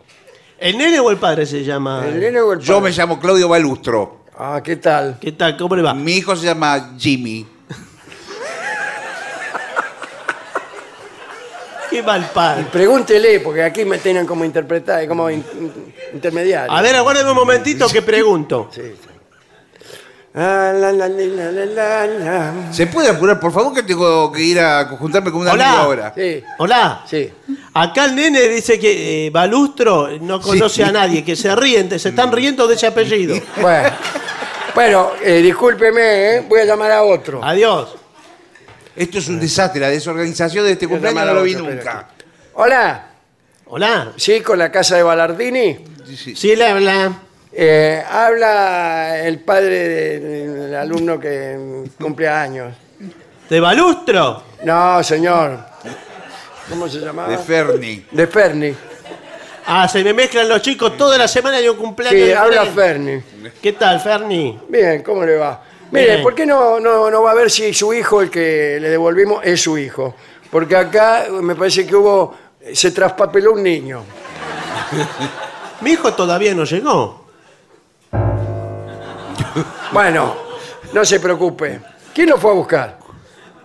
B: ¿El nene o el padre se llama?
A: ¿El nene o el
C: yo me
A: padre?
C: llamo Claudio Balustro.
A: Ah, ¿qué tal?
B: ¿Qué tal? ¿Cómo le va?
C: Mi hijo se llama Jimmy.
B: Qué mal padre.
A: Pregúntele, porque aquí me tienen como interpretar, como in- in- intermediario.
B: A ver, aguárdeme un momentito que pregunto.
A: Sí, sí. Ah, la, la, la, la, la, la, la.
C: ¿Se puede apurar, por favor, que tengo que ir a juntarme con una
B: Hola.
C: amiga ahora?
A: Sí,
B: Hola.
A: sí.
B: Acá el nene dice que eh, Balustro no conoce a nadie, que se ríen, se están riendo de ese apellido.
A: Bueno, bueno eh, discúlpeme, ¿eh? voy a llamar a otro.
B: Adiós.
C: Esto es un desastre, la desorganización de este
A: Voy a
C: cumpleaños
A: llamar a
C: no lo vi
A: otro, espera.
C: nunca.
A: Hola,
B: Hola.
A: Sí, con la casa de Ballardini.
B: Sí, le habla.
A: Eh, habla el padre de- del alumno que mm, cumple años.
B: ¿De balustro?
A: No, señor. ¿Cómo se llamaba?
C: De Ferni.
A: De Ferni.
B: Ah, se me mezclan los chicos toda la semana y un cumpleaños.
A: Sí,
B: diferente.
A: habla Ferni.
B: ¿Qué tal, Ferni?
A: Bien, ¿cómo le va? Mire,
B: Bien.
A: ¿por qué no, no, no va a ver si su hijo, el que le devolvimos, es su hijo? Porque acá me parece que hubo. Se traspapeló un niño.
B: Mi hijo todavía no llegó.
A: Bueno, no se preocupe. ¿Quién lo fue a buscar?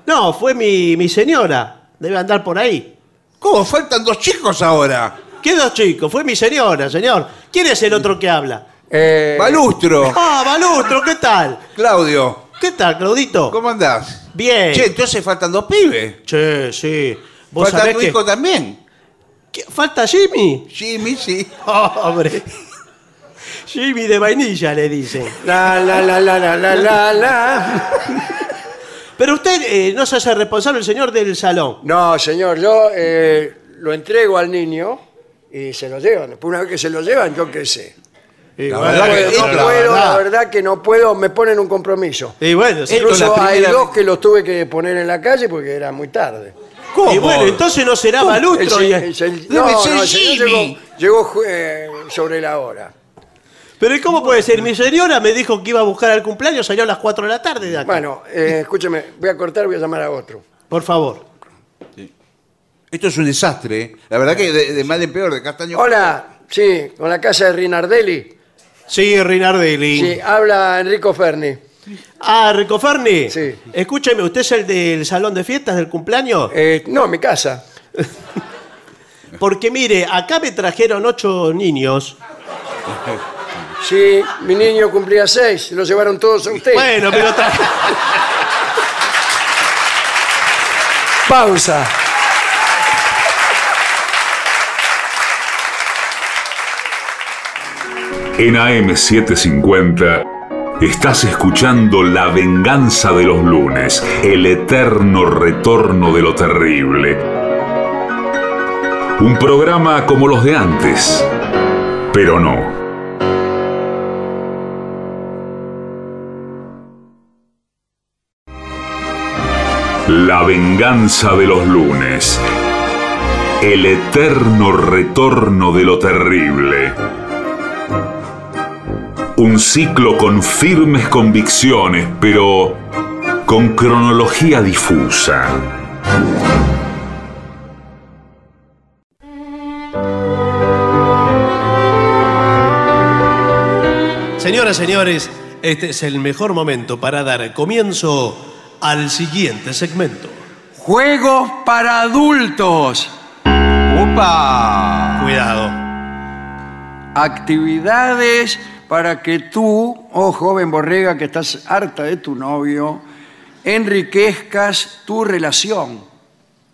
B: No, fue mi, mi señora. Debe andar por ahí.
C: ¿Cómo? Faltan dos chicos ahora.
B: ¿Qué dos chicos? Fue mi señora, señor. ¿Quién es el otro que habla?
A: Eh,
C: Balustro.
B: Ah, Balustro, ¿qué tal?
C: Claudio.
B: ¿Qué tal, Claudito?
C: ¿Cómo andás?
B: Bien.
C: Che, entonces faltan dos pibes.
B: Che, sí. ¿Vos
C: Falta
B: sabés
C: tu
B: que...
C: hijo también.
B: ¿Qué? ¿Falta Jimmy?
C: Jimmy, sí.
B: Hombre. Jimmy de vainilla, le dicen.
A: La, la, la, la, la, la, la, la.
B: Pero usted eh, no se hace responsable el señor del salón.
A: No, señor, yo eh, lo entrego al niño y se lo llevan. Después, una vez que se lo llevan, yo qué sé.
B: Y
C: La
B: bueno,
C: verdad que
B: eh,
C: esto
A: No
C: es la
A: puedo, la verdad que no puedo, me ponen un compromiso.
B: Y bueno, sí.
C: Esto es la
A: Incluso hay
C: primera
A: dos
C: vez.
A: que los tuve que poner en la calle porque era muy tarde.
B: Y bueno, entonces no será
A: El
B: Ah, balustro.
A: se-
B: eh. y-
A: el se-
C: No,
A: no,
C: me
A: no,
C: dice
A: el señor
C: Jimmy.
A: llegó, llegó, eh, sobre la hora.
B: Pero ¿y ¿cómo puede ser? Mi señora me dijo que iba a buscar al cumpleaños, salió a las 4 de la tarde de acá.
A: Bueno, eh, escúcheme, voy a cortar, voy a llamar a otro.
B: Por favor.
C: Esto es un desastre. ¿eh? La verdad que de, de mal en peor, de castaño.
A: Hola, sí, con la casa de Rinardelli.
B: Sí, Rinardelli.
A: Sí, habla Enrico Ferni.
B: Ah, Rico Ferni.
A: Sí.
B: Escúcheme, ¿usted es el del salón de fiestas del cumpleaños?
A: Eh, no, mi casa.
B: Porque mire, acá me trajeron ocho niños.
A: Sí, mi niño cumplía seis, lo llevaron todos a usted.
B: Bueno, pero tra-
A: pausa.
G: En AM750 estás escuchando La venganza de los lunes, el eterno retorno de lo terrible. Un programa como los de antes, pero no. La venganza de los lunes. El eterno retorno de lo terrible. Un ciclo con firmes convicciones, pero con cronología difusa.
B: Señoras, señores, este es el mejor momento para dar comienzo al siguiente segmento.
I: Juegos para adultos.
D: ¡Upa!
B: Cuidado.
A: actividades para que tú, oh joven borrega que estás harta de tu novio, enriquezcas tu relación.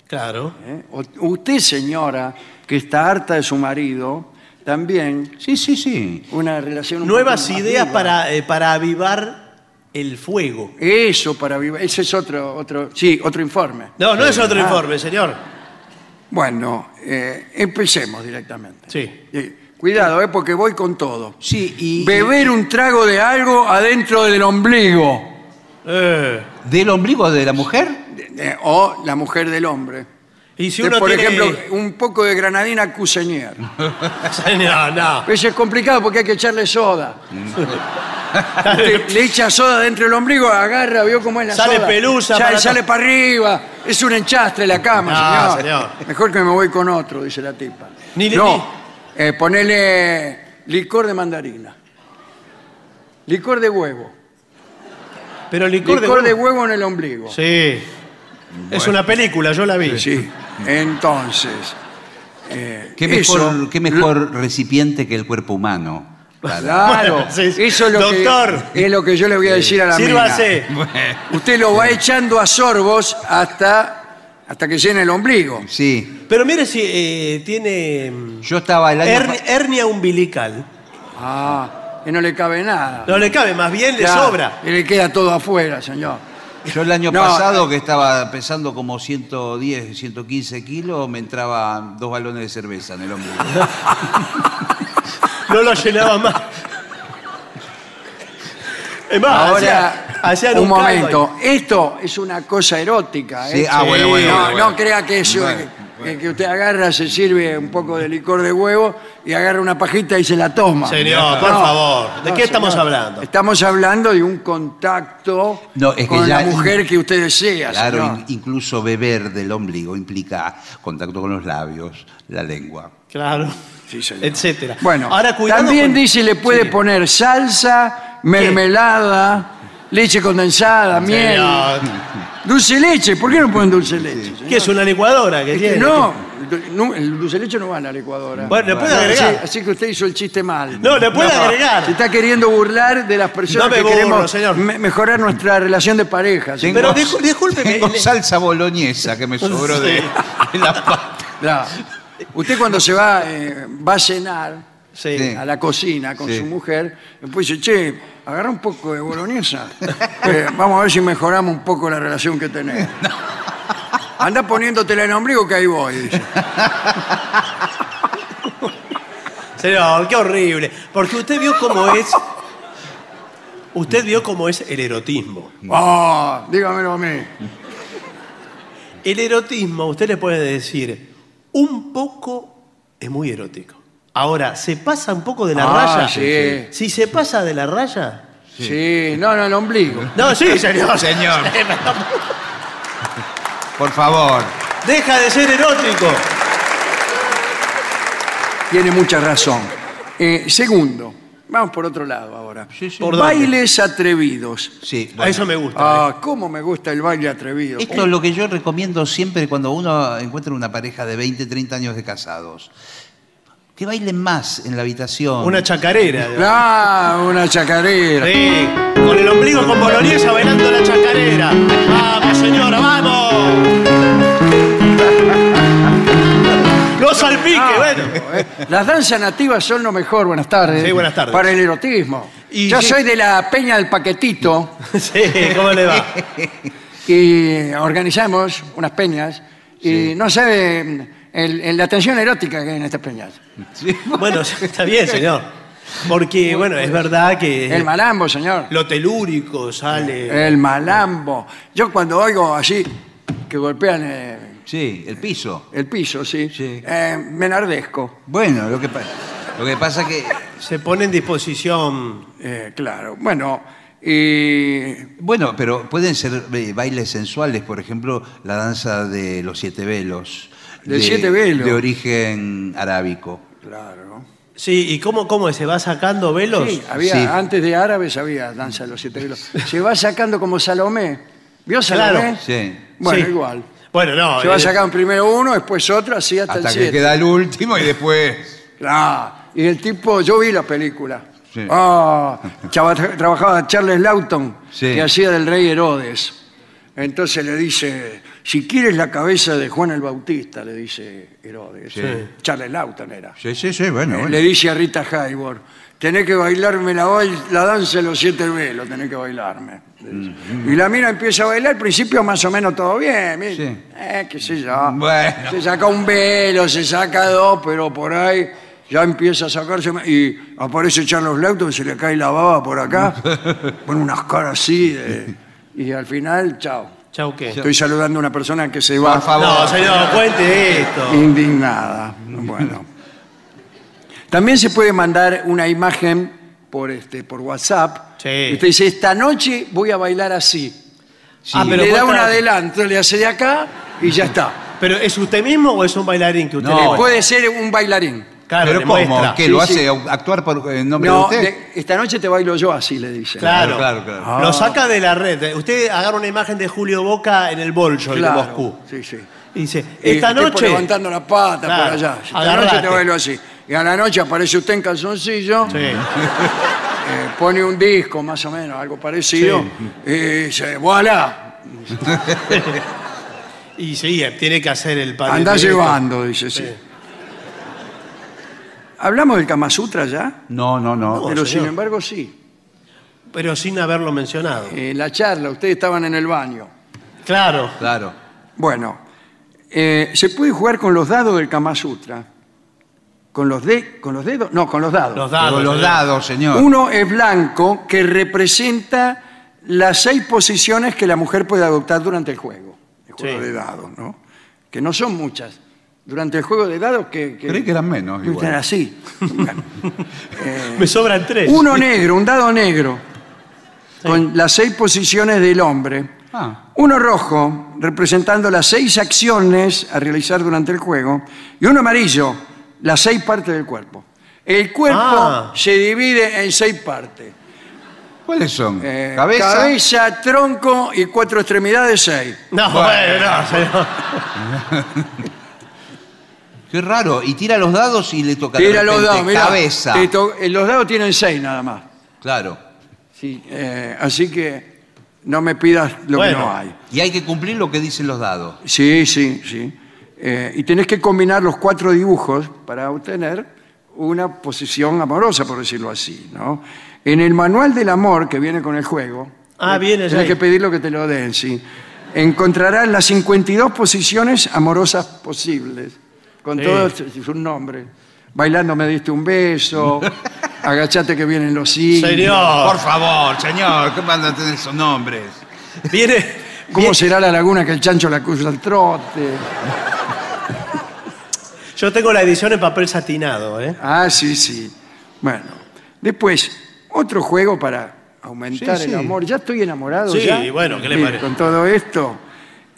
B: Claro.
A: ¿eh? O- Usted, señora, que está harta de su marido, también
C: Sí, sí, sí.
A: una relación... un
B: Nuevas
A: poco más
B: ideas
A: viva.
B: para, eh, para avivar el fuego.
A: Eso, para vivir. Ese es otro, otro, sí, otro informe.
B: No, no es
C: Ah.
B: otro informe, señor.
A: Bueno, eh, empecemos directamente.
B: Sí.
A: Sí, Cuidado, eh, porque voy con todo.
C: Sí, y.
A: Beber un trago de algo adentro del ombligo.
B: Eh,
C: ¿Del ombligo de la mujer?
A: Eh, o la mujer del hombre.
B: Y si
A: Que,
B: uno
A: por
B: tiene...
A: ejemplo, un poco de granadina cuseñer.
B: Señor, no.
A: Eso es complicado porque hay que echarle soda. Usted le echa soda dentro del ombligo, agarra, vio cómo es la
B: Sale
A: soda.
B: pelusa
A: Sale,
B: para-
A: sale para arriba. Es un enchastre la cama,
B: No,
A: señor.
B: señor.
A: Mejor que me voy con otro, dice la tipa.
B: Ni- ni-
A: no, eh, ponele licor de mandarina. Licor de huevo.
B: Pero licor,
A: Licor, de,
B: huevo.
A: huevo en el ombligo.
B: Sí. Es una película, yo la vi.
A: Sí. Entonces. eh,
C: Qué mejor,
A: eso-
C: qué mejor recipiente que el cuerpo humano.
A: Claro,
B: Bueno, sí, sí.
A: eso es lo,
B: Doctor.
A: Que, es lo que yo le voy a decir a la
B: Sírvase.
A: mina. Usted lo va echando a sorbos hasta, hasta que llene el ombligo.
C: Sí.
B: Pero mire si eh, tiene mm,
C: Yo estaba el año.
B: hernia, hernia umbilical.
A: Ah, y no le cabe nada.
B: No le cabe, más bien le
A: Ya,
B: sobra.
A: Y le queda todo afuera, señor.
C: Yo el año
A: No,
C: pasado, que estaba pesando como 110, 115 kilos, me entraban dos balones de cerveza en el hombro.
B: No lo llenaba más. Es
C: Ah,
B: más,
A: Ahora,
B: hacía- hacían
A: un
B: caldo ahí.
A: momento. Esto es una cosa erótica.
C: Sí,
A: ¿eh?
C: ah, bueno, bueno,
A: no,
C: bueno, bueno.
A: no crea que eso
C: Bueno,
A: eh,
C: bueno.
A: que usted agarra, se sirve un poco de licor de huevo y agarra una pajita y se la toma.
B: Señor, por
A: No,
B: favor, ¿de
A: no,
B: qué estamos
A: señor.
B: hablando?
A: Estamos hablando de un contacto
C: No, es que
A: con
C: ya-
A: la mujer que usted desea.
C: Claro,
A: señor.
C: in- incluso beber del ombligo implica contacto con los labios, la lengua.
B: Claro.
A: Sí, señor.
B: Etcétera.
A: Bueno,
B: Ahora, cuidado
A: también
B: con-
A: dice le puede poner salsa, mermelada, leche condensada, miel,
B: Señor,
A: Mm. dulce leche. ¿Por qué no ponen dulce leche? señor?
B: ¿Qué es una licuadora? que
A: Es que
B: tiene?
A: no, no, el dulce leche no va a la licuadora.
B: Bueno, le puede agregar.
A: Así, así que usted hizo el chiste mal.
B: No, le puede agregar.
A: Se está queriendo burlar de las personas
B: No me
A: que
B: burlo,
A: queremos
B: señor.
A: me- mejorar nuestra relación de pareja. señor.
B: Pero discú- discúlpeme.
C: Tengo
B: le-
C: salsa boloñesa que me sobró de,
B: Sí.
C: de la pasta.
A: Claro. Usted cuando se va, eh, va a cenar
B: Sí.
C: Sí.
A: a la cocina con
C: Sí.
A: su mujer, después dice, che, agarra un poco de boloñesa. Eh, vamos a ver si mejoramos un poco la relación que tenemos. Anda poniéndotela en el ombligo que ahí voy. dice.
B: Señor, qué horrible. Porque usted vio cómo es. Usted vio cómo es el erotismo.
A: Oh, dígamelo a mí.
B: El erotismo, usted le puede decir, un poco es muy erótico. Ahora, ¿se pasa un poco de la
A: Ah,
B: raya?
A: sí.
B: Si se pasa de la raya.
A: Sí. no, no, el ombligo.
B: No, sí, señor.
C: Señor. Por favor.
B: Deja de ser erótico.
A: Tiene mucha razón. Eh, segundo, vamos por otro lado ahora.
C: Sí, sí.
B: ¿Por dónde?
A: Bailes atrevidos.
C: Sí,
B: A
C: bueno.
B: eso me gusta. eh.
A: Ah, cómo me gusta el baile atrevido.
C: Esto es lo que yo recomiendo siempre cuando uno encuentra una pareja de 20, 30 años de casados. Que bailen más en la habitación.
B: eh. Una chacarera.
A: Ah, una chacarera.
B: Sí, con el ombligo con boloñesa bailando la chacarera. ¡Vamos, señora, vamos! ¡No salpique, bueno!
A: Eh, Las danzas nativas son lo mejor, buenas tardes.
B: Sí, buenas tardes.
A: Para el erotismo.
B: Y
A: Yo
B: sí.
A: soy de la Peña del Paquetito
B: Sí, ¿cómo le va?
A: y organizamos unas peñas y no sabe mm, el- el- la atención erótica que hay en estas peñas.
B: Bueno, está bien, señor. Porque, bueno, es verdad que
A: El eh. malambo, señor.
B: Eh. lo telúrico sale.
A: El malambo. Yo cuando oigo así que golpean eh,
C: Sí, el piso.
A: el piso, sí,
C: Sí.
A: eh, me enardezco.
C: Bueno, lo que, pa- lo que pasa que...
B: Se pone en disposición.
A: Eh, claro. Bueno, y
C: Bueno, pero pueden ser eh, bailes sensuales, por ejemplo, la danza de los siete velos.
A: De siete velos.
C: De origen arábico.
A: claro.
B: Sí, ¿y cómo, cómo se va sacando velos?
A: Sí, había,
C: Sí.
A: antes de árabes había danza de los siete velos. Se va sacando como Salomé. ¿Vio
B: Claro.
A: Salomé?
C: Sí. Ah,
A: Bueno,
B: Sí.
A: igual.
B: Bueno, no.
A: Se va
B: eh,
A: sacando primero uno, después otro, así hasta,
C: Hasta
A: el
C: que
A: siete.
C: queda el último y después...
A: Claro. Y el tipo, yo vi la película.
C: Sí.
A: Ah, chava- trabajaba Charles Lawton,
C: Sí.
A: que hacía del rey Herodes. Entonces le dice, si quieres la cabeza de Juan el Bautista, le dice Herodes. Charles Lawton era.
C: Sí, sí, sí, Ah, bueno.
A: Le dice a Rita Hayworth, tenés que bailarme la, bail- la danza de los siete velos, tenés que bailarme. Y la mina empieza a bailar, al principio más o menos todo bien, mira,
C: Sí.
A: eh, qué sé yo.
C: Bueno.
A: Se saca un velo, se saca dos, pero por ahí ya empieza a sacarse más- y aparece Charles Lawton, se le cae la baba por acá, pone unas caras así, de- y al final, chao.
B: Chau, ¿qué?
A: Estoy saludando a una persona que se va
C: Por favor.
B: No, señor, cuente esto.
A: indignada. Bueno. También se puede mandar una imagen por este por WhatsApp.
B: Sí.
A: Usted dice, esta noche voy a bailar así.
B: Ah, pero
A: le da
B: vos
A: un
B: tra-
A: adelanto, le hace de acá y ya está.
B: ¿Pero es usted mismo o es un bailarín que usted
C: No,
B: le
C: bueno.
A: Puede ser un bailarín.
B: Claro,
C: Pero
B: le
C: ¿cómo?
B: muestra.
C: ¿Qué?
A: Sí,
C: ¿Lo
A: sí.
C: hace au- actuar por eh, en nombre de
A: No,
C: usted?
A: de- esta noche te bailo yo así, le dice.
B: Claro,
C: Claro, claro, claro.
A: Ah.
B: Lo saca de la red. Usted agarra una imagen de Julio Boca en el Bolshoi
A: Claro.
B: de Moscú.
A: Sí, sí.
B: Y dice,
A: Y
B: esta
A: el tipo
B: noche...
A: levantando la pata por
B: Claro,
A: allá. Esta noche
B: agarrate.
A: te bailo así. Y a la noche aparece usted en calzoncillo.
B: Sí.
A: Eh, pone un disco más o menos, algo parecido, y dice, voilà,
B: Y sí, eh, tiene que hacer el padre.
A: anda
B: directo.
A: llevando, dice, sí. ¿Hablamos del Kama Sutra ya?
C: No, no, no.
A: Pero
B: señor.
A: sin embargo sí.
B: pero sin haberlo mencionado.
A: Eh, la charla, ustedes estaban en el baño.
B: Claro.
C: Claro.
A: Bueno, eh, se puede jugar con los dados del Kama Sutra. ¿Con los, de, ¿Con los dedos? No, con los dados.
B: Los
C: Pero
B: dados.
C: los
B: señor.
C: dados, señor.
A: Uno es blanco, que representa las seis posiciones que la mujer puede adoptar durante el juego. El juego
B: Sí.
A: de dados, ¿no? Que no son muchas. Durante el juego de dados que...
H: Creí que eran menos,
A: que
H: igual.
A: eran así. Bueno.
B: Me sobran tres.
A: Uno negro, un dado negro, con las seis posiciones del hombre.
H: Ah.
A: Uno rojo, representando las seis acciones a realizar durante el juego. Y uno amarillo, las seis partes del cuerpo. El cuerpo
B: Ah.
A: se divide en seis partes.
H: ¿Cuáles son?
A: Eh,
H: cabeza.
A: cabeza, tronco y cuatro extremidades, seis.
B: No, bueno, no, señor.
C: Qué raro. Y tira los dados y le toca de
A: Tira los
C: repente
A: dados, mirá.
C: cabeza.
A: Te to- eh, los dados tienen seis nada más.
C: Claro.
A: Sí, eh, así que no me pidas lo
B: Bueno.
A: que no hay.
C: Y hay que cumplir lo que dicen los dados.
A: Sí, sí, sí. Eh, y tenés que combinar los cuatro dibujos para obtener una posición amorosa, por decirlo así, ¿no? En el manual del amor que viene con el juego, eh,
B: Ah, viene ya.
A: tenés
B: ahí.
A: que pedir lo que te lo den, sí. Encontrarás las 52 posiciones amorosas posibles, con
B: Sí.
A: todos sus nombres. Bailando me diste un beso, agachate que vienen los signos.
B: Señor.
H: Por favor, señor, ¿qué van a tener esos nombres?
B: Viene.
A: ¿Cómo será la laguna que el chancho la cruza al trote?
B: Yo tengo la edición en papel satinado, ¿eh?
A: Ah, sí, sí. Bueno, después, otro juego para aumentar
H: Sí,
A: el
H: sí.
A: amor. Ya estoy enamorado.
B: Sí,
A: ya.
B: bueno, ¿qué le
A: Sí,
B: parece?
A: Con todo esto.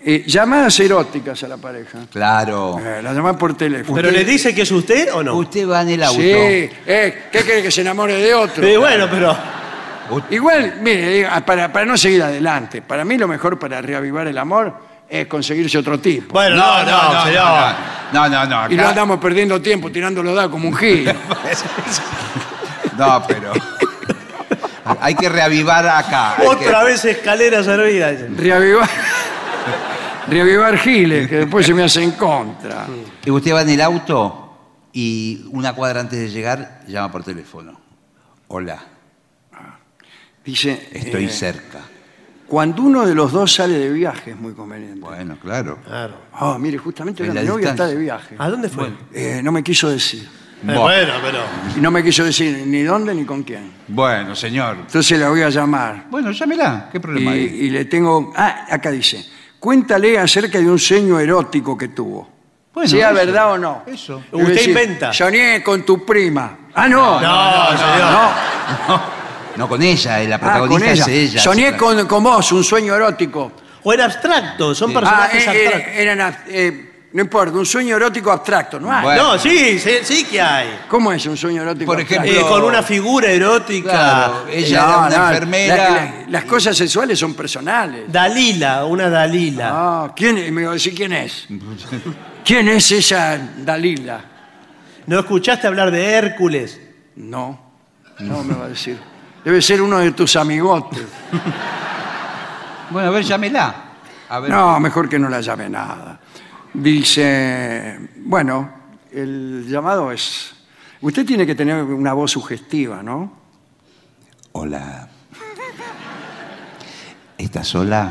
A: Eh, llamadas eróticas a la pareja.
C: Claro.
A: Eh, la llamás por teléfono.
B: ¿Pero le dice que es usted o no?
C: Usted va en el auto.
A: Sí, eh, ¿qué quiere que se enamore de otro?
B: Eh, bueno, pero.
A: Igual, mire, digo, ah, para, para no seguir adelante, para mí lo mejor para reavivar el amor es conseguirse otro tipo.
B: Bueno, no, no, señor.
H: No, no, no.
A: y no
H: acá-
A: andamos perdiendo tiempo tirando los dados como un gil.
H: No, pero.
C: Hay que reavivar acá. Hay que-
B: Otra vez escalera servida. dice.
A: reavivar, reavivar giles, que después se me hace en contra.
C: Y usted va en el auto y una cuadra antes de llegar llama por teléfono. Hola,
A: Dice,
C: estoy
A: eh,
C: cerca.
A: cuando uno de los dos sale de viaje es muy conveniente.
C: Bueno, claro.
B: Claro.
A: Ah, mire, justamente
C: En
A: ahora
C: la
A: mi novia
C: distancia.
A: está de viaje.
B: ¿A dónde fue?
A: Eh, no me quiso decir.
B: Eh, bueno, pero.
A: Y no me quiso decir ni dónde ni con quién.
H: Bueno, señor.
A: Entonces la voy a llamar.
H: Bueno, llámela. ¿Qué
A: Y,
H: problema hay?
A: y le tengo... Ah, acá dice. Cuéntale acerca de un sueño erótico que tuvo.
H: Bueno,
A: sea
H: eso,
A: verdad o no.
H: eso.
A: Debe
B: Usted inventa.
A: Soñé con tu prima. Ah, no.
B: No, señor.
A: no.
C: No con ella, eh, la
A: Ah, con
C: protagonista
A: ella.
C: es ella.
A: Soñé
C: sí, claro.
A: con, con vos, un sueño erótico.
B: O en abstracto, son
A: Ah,
B: personajes
A: eh, eh,
B: abstractos.
A: eran ab- eh, no importa, un sueño erótico abstracto, ¿no? hay.
C: Bueno.
B: No, sí, sí, sí que hay.
A: ¿Cómo es un sueño erótico
C: Por
A: abstracto? Eh,
C: ejemplo,
B: Eh, con una figura erótica.
C: Claro, ella
A: No,
C: era una
A: no,
C: enfermera.
A: la- la- las cosas sexuales son personales.
B: Dalila, una Dalila.
A: Ah, ¿quién es? Me iba a decir quién es. ¿Quién es esa Dalila?
B: ¿No escuchaste hablar de Hércules?
A: No, no me va a decir. Debe ser uno de tus amigotes.
C: Bueno, a ver, llámela. A ver.
A: No, mejor que no la llame nada. Dice, bueno, el llamado es... Usted tiene que tener una voz sugestiva, ¿no?
C: Hola. ¿Estás sola?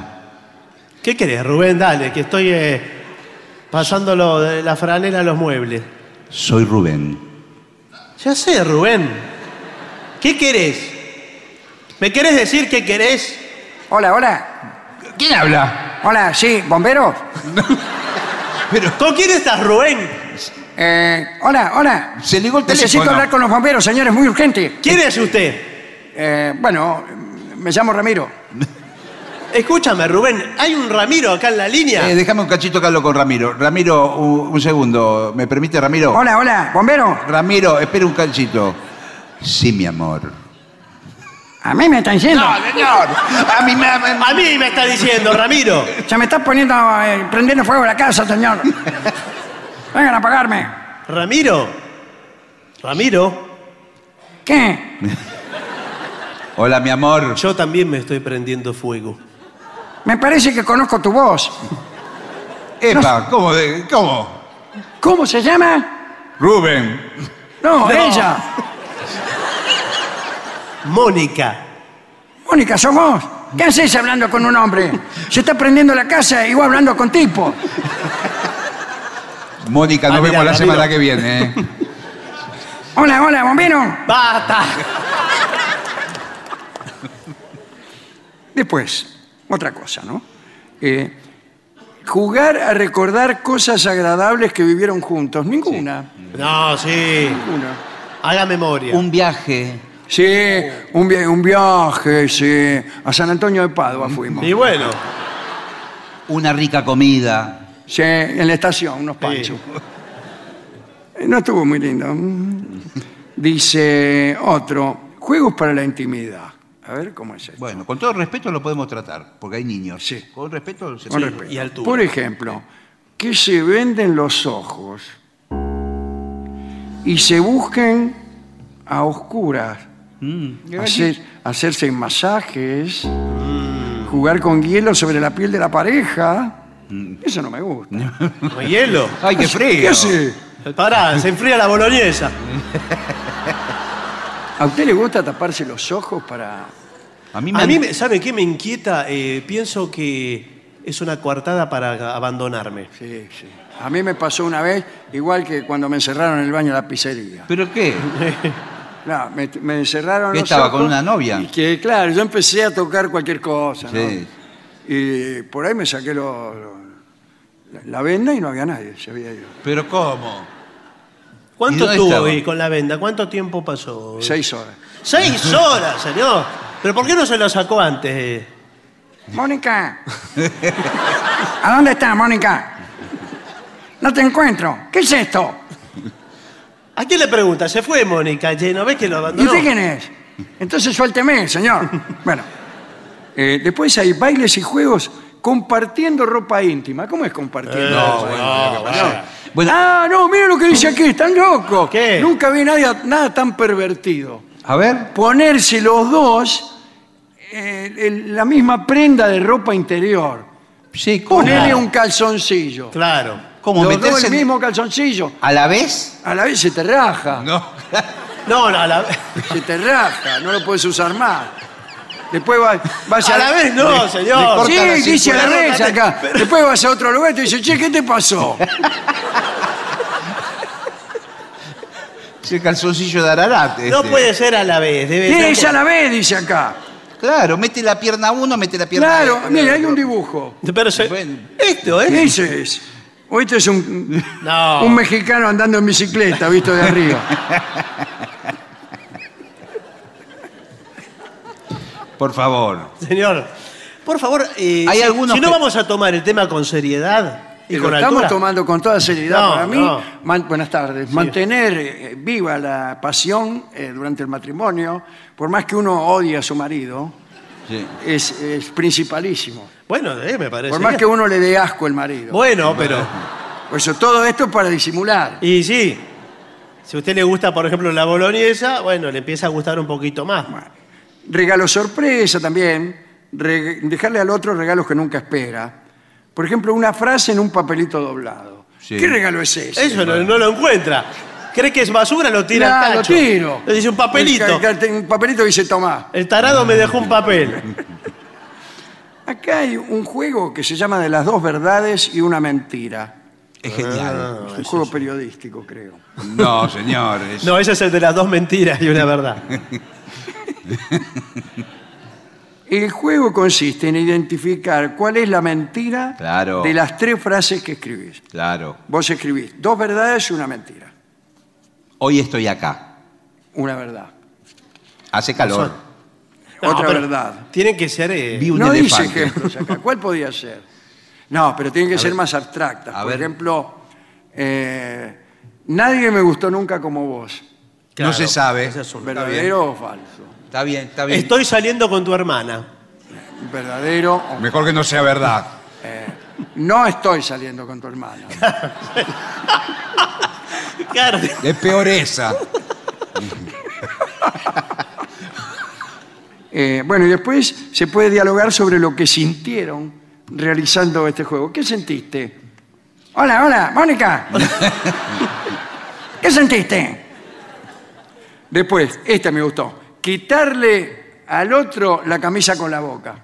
B: ¿Qué querés, Rubén? Dale, que estoy eh, pasándolo de la franela a los muebles.
C: Soy Rubén.
B: Ya sé, Rubén. ¿Qué querés? ¿Me querés decir qué querés?
A: Hola, hola.
H: ¿Quién habla?
A: Hola, sí, bombero.
B: ¿Con quién estás, Rubén?
A: Eh, hola, hola.
H: Se ligó el
A: Necesito
H: teléfono.
A: hablar con los bomberos, señores, muy urgente.
B: ¿Quién es usted?
A: Eh, bueno, me llamo Ramiro.
B: Escúchame, Rubén, hay un Ramiro acá en la línea.
H: Eh, déjame un cachito que hablo con Ramiro. Ramiro, un, un segundo. ¿Me permite, Ramiro?
A: Hola, hola, bombero.
H: Ramiro, espera un cachito. Sí, mi amor.
A: A mí me están diciendo.
H: señor. A mi mamá.
B: A mí me está diciendo, Ramiro.
A: Se me está poniendo, eh, prendiendo fuego la casa, señor. Vengan a pagarme.
B: Ramiro. Ramiro,
A: ¿Qué?
C: Hola, mi amor.
B: yo también me estoy prendiendo fuego.
A: Me parece que conozco tu voz.
H: Epa, ¿cómo? de- ¿Cómo?
A: ¿Cómo se llama?
H: Rubén.
A: No,
B: No.
A: ella.
B: Mónica.
A: Mónica, ¿sos vos? ¿Qué haces hablando con un hombre? Se está prendiendo la casa y vos hablando con tipo.
H: Mónica, nos
B: Ah,
H: vemos
B: mirá,
H: la
B: Ramiro.
H: semana que viene. ¿eh?
A: Hola, hola, bombero.
B: ¡Basta!
A: Después, otra cosa, ¿no? Eh, jugar a recordar cosas agradables que vivieron juntos. Ninguna.
B: No, sí.
A: Ninguna.
B: Haga memoria.
C: Un viaje.
A: Sí, un, via- un viaje, sí. A San Antonio de Padua fuimos.
B: Y bueno,
C: Una rica comida.
A: Sí, en la estación, unos panchos. Eh, No estuvo muy lindo. Mm. Dice otro, juegos para la intimidad. A ver cómo es esto.
H: Bueno, con todo respeto lo podemos tratar, porque hay niños.
A: Sí.
H: Con respeto se
A: Con
H: puede.
A: respeto.
B: y altura.
A: Por ejemplo, que se venden los ojos y se busquen a oscuras. Mm. Hacer- hacerse masajes, jugar con hielo sobre la piel de la pareja. Eso Mm. no me gusta.
B: con hielo.
H: ¡Ay, qué frío!
A: ¿Qué hace?
B: Pará, se enfría la boloñesa.
A: ¿A usted le gusta taparse los ojos para...?
H: A mí me...
B: A mí, me- ¿sabe qué me inquieta? Eh, pienso que es una coartada para abandonarme.
A: Sí, sí. A mí me pasó una vez, igual que cuando me encerraron en el baño de la pizzería.
H: ¿Pero qué?
A: No, me, me encerraron
H: ¿Qué
A: los
H: estaba,
A: ojos
H: con una novia?
A: Y que, claro, yo empecé a tocar cualquier cosa, ¿no?
H: Sí.
A: Y por ahí me saqué lo- lo- la- la venda y no había nadie, se había ido.
H: ¿Pero cómo? ¿Y
B: ¿Cuánto
H: dónde
B: estuvo
H: estaba?
B: ahí con la venda? ¿Cuánto tiempo pasó?
A: Seis horas.
B: Seis horas, señor. ¿Pero por qué no se lo sacó antes? eh?
A: Mónica, ¿a dónde estás, Mónica? No te encuentro. ¿Qué es esto?
B: ¿A quién le pregunta? ¿Se fue Mónica? Che, ¿No ves que lo
A: ¿Y
B: abandonó?
A: usted quién es? Entonces suélteme, señor. Bueno, eh, después hay bailes y juegos compartiendo ropa íntima. ¿Cómo es compartiendo?
B: Eh, No,
A: ropa
B: bueno, bueno.
C: Bueno,
A: Ah, no, miren lo que dice aquí, están locos.
B: ¿Qué?
A: Nunca vi nadie, nada tan pervertido.
H: A ver.
A: Ponerse los dos eh, el- la misma prenda de ropa interior.
H: Sí,
A: Ponerle un calzoncillo.
B: Claro.
H: ¿Cómo
A: los dos
H: meterse
A: el
H: en-
A: mismo calzoncillo.
H: a la vez?
A: A la vez se te raja.
H: No.
B: No, no, a la,
A: Se te raja, no lo puedes usar más. Después va- vas a,
B: a la vez no, señor.
H: corta la
A: Sí, dice la
B: circulación.
A: res acá. Después vas a otro lugar y te dice, che, ¿qué te pasó?
H: Es el calzoncillo de Ararate.
B: No
H: este.
B: puede ser a la vez. Debe ser
A: Tienes
B: por-
A: a la vez, dice acá.
H: Claro, mete la pierna uno, mete la pierna
A: Claro,
H: otro.
A: mira, hay un dibujo.
B: Pero se-
H: Bueno.
B: Esto, ¿eh?
A: Ese es. O este es un,
B: No.
A: un mexicano andando en bicicleta, visto de arriba.
H: Por favor.
B: Señor, por favor, eh,
H: Hay
B: si,
H: algunos
B: si no
H: que-
B: vamos a tomar el tema con seriedad y
A: Y lo
B: con
A: estamos
B: altura,
A: tomando con toda seriedad.
B: No,
A: Para mí,
B: no.
A: man- buenas tardes, mantener eh, viva la pasión eh, durante el matrimonio, por más que uno odie a su marido,
H: Sí.
A: es, es principalísimo.
B: bueno, eh, me parece.
A: Por más
B: bien.
A: que uno le dé asco al marido.
B: Bueno, pero.
A: Por eso todo esto es para disimular.
B: Y sí. Si a usted le gusta, por ejemplo, la boloñesa, bueno, le empieza a gustar un poquito más.
A: Regalo sorpresa también. Reg- dejarle al otro regalos que nunca espera. Por ejemplo, una frase en un papelito doblado.
H: Sí.
A: ¿Qué regalo es ese?
B: Eso no, no lo encuentra. ¿Cree que es basura? Lo tira
A: Claro,
B: al
A: lo
B: tacho.
A: tiro.
B: Le dice un
A: El
B: papelito.
A: ca- ca- Un papelito dice tomá.
B: El tarado me dejó un papel.
A: Acá hay un juego que se llama De las dos verdades y una mentira. Ah,
H: Es genial.
A: Es un juego periodístico, creo.
H: No, señores.
B: No, ese es el de las dos mentiras y una verdad.
A: El juego consiste en identificar cuál es la mentira
H: Claro.
A: de las tres frases que escribís.
H: Claro.
A: Vos escribís dos verdades y una mentira.
H: Hoy estoy acá.
A: Una verdad.
H: Hace calor.
B: No,
A: Otra
B: pero
A: verdad.
B: Tiene que ser. eh,
H: Vi un
A: no dice
H: elefante.
A: ejemplos acá. ¿Cuál podía ser? No, pero tienen que ser más abstractas.
H: A
A: Por
H: ver.
A: ejemplo, eh, nadie me gustó nunca como vos.
B: claro,
H: no se sabe.
B: esa es una.
A: ¿Verdadero o falso?
H: Está bien, está bien.
B: Estoy saliendo con tu hermana.
A: ¿Verdadero o
H: Mejor que no sea verdad.
A: No estoy saliendo con tu hermana.
B: Claro.
H: Es peor esa.
A: Eh, bueno, y después se puede dialogar sobre lo que sintieron realizando este juego. ¿Qué sentiste? Hola, hola, Mónica. ¿Qué sentiste? Después, esta me gustó. Quitarle al otro la camisa con la boca.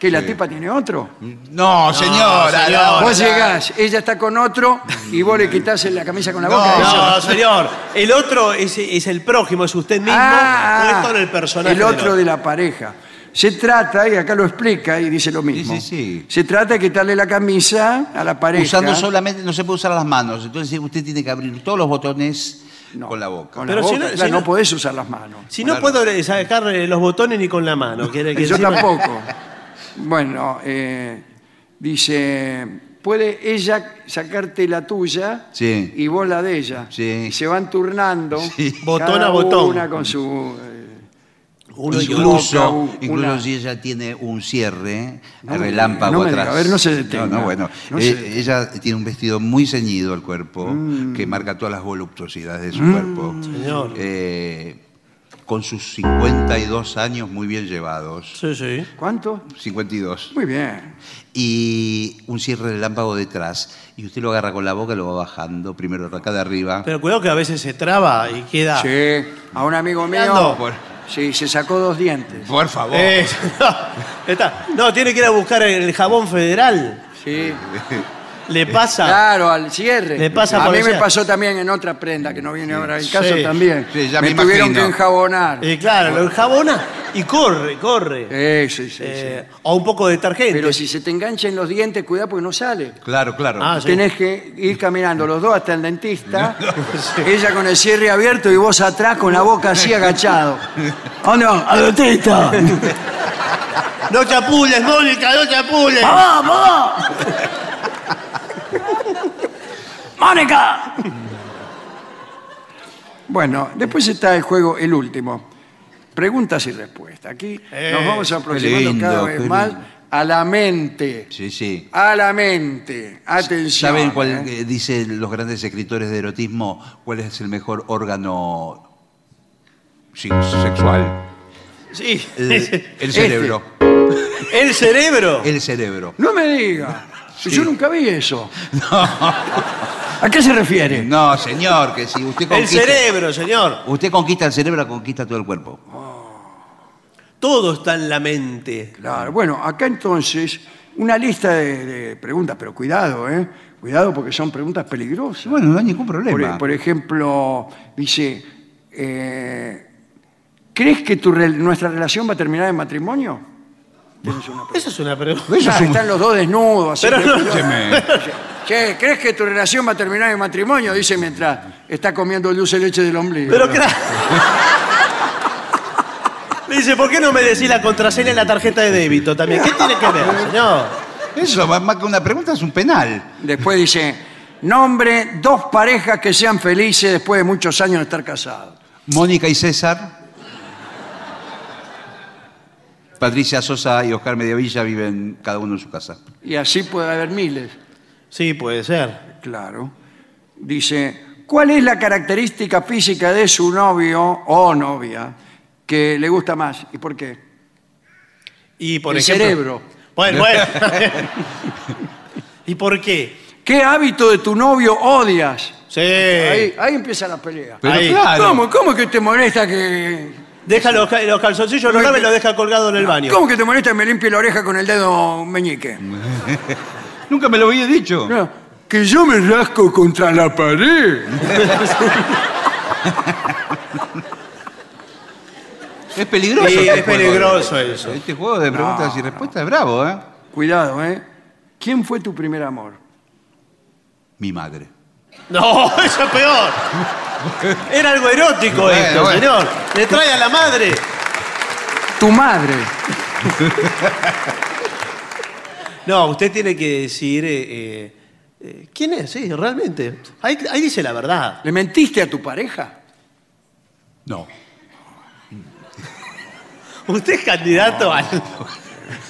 A: ¿Que la tipa tiene otro?
C: No, señora, no.
A: vos llegás, ella está con otro y vos le quitás la camisa con la boca. a ella.
B: No, señor. El otro es, es el prójimo, es usted mismo.
A: Ah,
B: no es todo el personaje.
A: El
B: del
A: otro de la pareja. Se trata, y acá lo explica y dice lo mismo.
C: sí, sí.
A: Se trata de quitarle la camisa a la pareja.
C: Usando solamente, no se puede usar las manos. Entonces usted tiene que abrir todos los botones con la boca.
A: Con la
B: Pero
A: boca,
B: si no-
A: claro,
B: si
A: no,
B: no-
A: podés usar las manos.
B: Si no puedo sacar eh, los botones ni con la mano. quiere que
A: Yo
B: encima-
A: tampoco. Bueno, eh, dice, puede ella sacarte la tuya
C: Sí.
A: y vos la de ella.
C: Sí.
A: Y se van turnando.
B: Botón
A: cada
B: a botón.
A: Una con su... eh,
B: Uno y otro.
C: incluso
A: boca, u-
C: incluso
A: una-
C: si ella tiene un cierre
A: No me-
C: relámpago
A: no me
C: atrás.
A: diga, a ver, no se detenga.
C: No, no, bueno.
A: No
C: Eh,
A: se-
C: ella tiene un vestido muy ceñido al cuerpo
A: Mm.
C: que marca todas las voluptuosidades de su cuerpo.
B: Señor.
C: Eh, con sus 52 años muy bien llevados.
B: Sí, sí.
A: ¿Cuánto?
C: 52.
A: Muy bien.
C: Y un cierre relámpago detrás. Y usted lo agarra con la boca y lo va bajando. Primero acá de arriba.
B: Pero cuidado que a veces se traba y queda.
C: Ah.
A: Sí, a un amigo mío. pues,
B: Ando.
A: Sí, se sacó dos dientes.
C: Por favor.
B: Eh, está. No, tiene que ir a buscar el jabón federal.
A: Sí.
B: Le pasa.
A: Eh, Claro, al cierre.
B: Ah. Le pasa
A: a
B: por
A: mí
B: el
A: me
B: cierre.
A: pasó también en otra prenda que no viene ahora el caso
B: Sí.
A: también.
C: Sí, ya
A: me,
C: me
A: tuvieron que
C: imagino.
A: enjabonar.
B: Eh, claro, lo enjabona y corre, corre.
A: Eh, sí, sí, sí.
B: Eh, O un poco de detergente.
A: Pero si se te engancha en los dientes, cuidado porque no sale.
C: Claro, claro.
B: Ah, sí.
A: Tenés que ir caminando los dos hasta el dentista, ella con el cierre abierto y vos atrás con la boca así agachado. ¿O no? ¡Al dentista!
B: No te apules, Mónica, no te apules.
A: ¡Mamá, mamá! ¡Mónica! Bueno, después está el juego, el último. Preguntas y respuestas. Aquí nos vamos aproximando
C: lindo,
A: cada vez
C: Eh, qué
A: más
C: lindo.
A: a la mente.
C: Sí, sí.
A: A la mente. Atención.
C: ¿Saben cuál
A: ¿eh?
C: eh, dicen los grandes escritores de erotismo cuál es el mejor órgano sí, sexual?
B: Sí.
C: El, el cerebro.
B: El cerebro.
C: El cerebro.
A: No me diga. Yo nunca vi eso. ¿A qué se refiere?
C: No, señor, que si usted
B: El
C: conquista,
B: cerebro, señor.
C: usted conquista el cerebro, conquista todo el cuerpo.
B: Todo está en la mente.
A: Claro, bueno, acá entonces una lista de, de preguntas, pero cuidado, ¿eh? Cuidado porque son preguntas peligrosas.
C: Bueno, no hay ningún
A: por, e-
C: problema.
A: por ejemplo, dice, eh, ¿crees que tu, rel- nuestra relación va a terminar en matrimonio?
B: Esa es una pregunta.
A: Claro, están los dos desnudos. así
B: Pero
A: que-
B: no-
A: Che, ¿crees que tu relación va a terminar en matrimonio? Dice mientras está comiendo dulce de leche del ombligo.
B: Pero claro. Le dice, ¿por qué no me decís la contraseña en la tarjeta de débito también? ¿Qué tiene que ver, señor?
C: Eso, más más que una pregunta, es un penal.
A: Después dice, nombre dos parejas que sean felices después de muchos años de estar casados.
C: Mónica y César. Patricia Sosa y Oscar Mediavilla viven cada uno en su casa.
A: Y así puede haber miles.
B: Sí, puede ser.
A: Claro. Dice, ¿cuál es la característica física de su novio o novia que le gusta más? ¿Y por qué?
B: Y por
A: El
B: ejemplo-
A: cerebro.
B: Bueno, bueno. ¿Y por qué?
A: ¿Qué hábito de tu novio odias?
B: Sí.
A: Ahí, ahí empieza la pelea.
C: Pero
B: Ahí.
C: claro.
A: ¿Cómo, ¿Cómo que te molesta que...
B: Deja los, ca- los calzoncillos, los lava y los deja colgado en el baño.
A: ¿Cómo que te molesta que me limpie la oreja con el dedo meñique?
C: Nunca me lo había dicho.
A: No, que yo me rasco contra la pared.
C: Es peligroso.
B: Sí,
C: este
B: es
C: juego.
B: peligroso eso.
C: Este juego de preguntas y respuestas es bravo, ¿eh?
A: Cuidado, ¿eh? ¿Quién fue tu primer amor?
C: Mi madre.
B: No, eso es peor. Era algo erótico
C: Bueno,
B: esto,
C: bueno.
B: señor. Le trae a la madre.
A: Tu madre.
B: No, usted tiene que decir eh, eh, eh, quién es, sí, realmente. Ahí, ahí dice la verdad.
A: ¿Le mentiste a tu pareja?
C: No.
B: Usted es candidato al,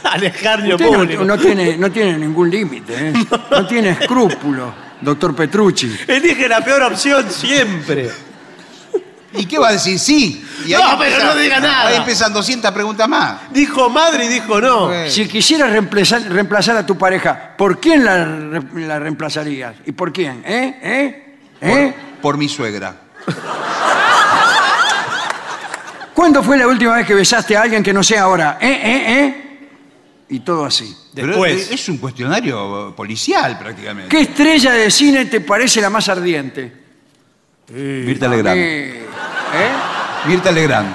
B: al escarnio
A: Usted
B: público.
A: no, no tiene, no tiene ningún límite, ¿eh? no tiene escrúpulo, doctor Petrucci.
B: Elige la peor opción siempre.
C: ¿Y qué va a decir? Sí. Y
B: No, pero no diga nada.
C: Ahí empiezan 200 preguntas más.
B: Dijo madre y dijo no.
A: Si quisieras reemplazar, reemplazar a tu pareja, ¿por quién la, re- la reemplazarías? ¿Y por quién? ¿Eh? ¿Eh? ¿Eh?
C: Por mi suegra.
A: ¿Cuándo fue la última vez que besaste a alguien que no sea ahora? ¿Eh, eh, eh? Y todo así.
H: Pero
B: Después.
H: es un cuestionario policial prácticamente.
A: ¿Qué estrella de cine te parece la más ardiente?
H: Mirta Legrand.
A: Eh, ¿eh?
H: Mirta Legrand.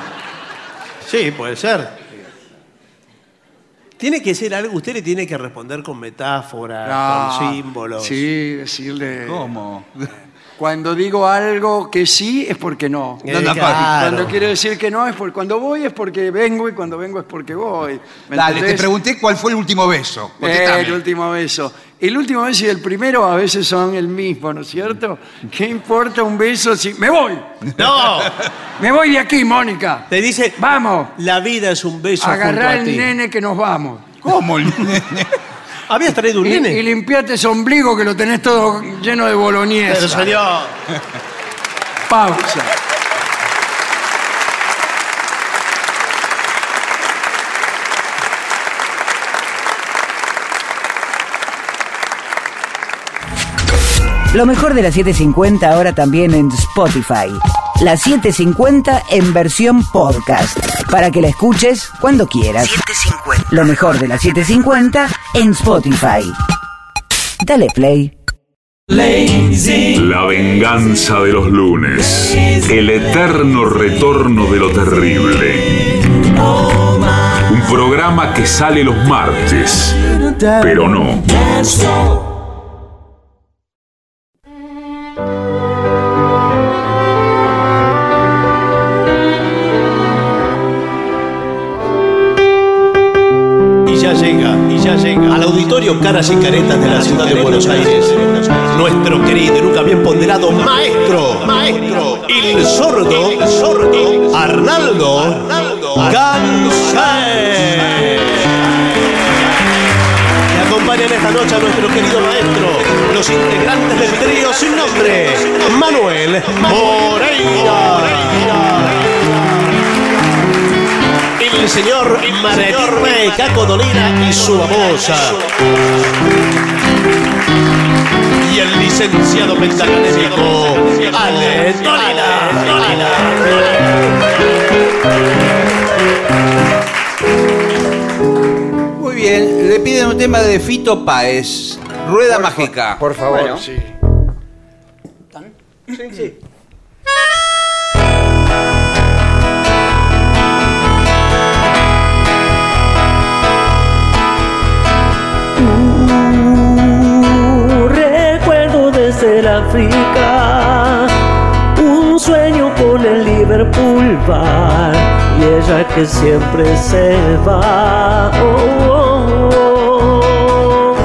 B: Sí, puede ser. Tiene que ser algo, usted le tiene que responder con metáforas, con
A: Ah,
B: símbolos.
A: Sí, decirle.
H: ¿Cómo?
A: Cuando digo algo que sí es porque no.
B: Eh,
H: No, no,
B: claro.
A: Cuando quiero decir que no es porque cuando voy es porque vengo y cuando vengo es porque voy. ¿Me
H: Dale, te
A: entendés?
H: pregunté cuál fue el último beso.
A: Eh,
H: Contestame.
A: el último beso. El último beso y el primero a veces son el mismo, ¿no es cierto? ¿Qué importa un beso si... ¡Me voy!
B: ¡No!
A: ¡Me voy de aquí, Mónica!
B: Te dice,
A: ¡Vamos!
B: la vida es un beso junto a
A: Agarrá el
B: ti.
A: nene que nos vamos.
H: ¿Cómo? el nene?
B: ¿Habías traído un
A: Y,
B: nene?
A: y limpiate ese ombligo que lo tenés todo lleno de
B: Pero
A: boloñesa.
B: señor,
A: Pausa.
F: Lo mejor de la 750 ahora también en Spotify. La 750 en versión podcast. Para que la escuches cuando quieras. 750. Lo mejor de la 750 en Spotify. Dale play.
G: La venganza de los lunes. El eterno retorno de lo terrible. Un programa que sale los martes, pero no.
B: Y ya llega, y ya llega. Al auditorio Caras y Caretas de la ciudad de Buenos Aires. Nuestro querido y nunca bien ponderado maestro, maestro, el sordo, el sordo, Arnaldo, Gansay. Que acompañan esta noche a nuestro querido maestro, los integrantes del trío sin nombre, Manuel Moreira. El señor Maretirme Caco Dolina y su babosa. Y el licenciado pentacadémico Ale Dolina. Dolina.
C: Muy bien, le piden un tema de Fito Páez, Rueda Mágica.
A: Por favor, sí.
J: Un recuerdo desde el África, un sueño con el Liverpool bar y ella que siempre se va. Oh, oh, oh.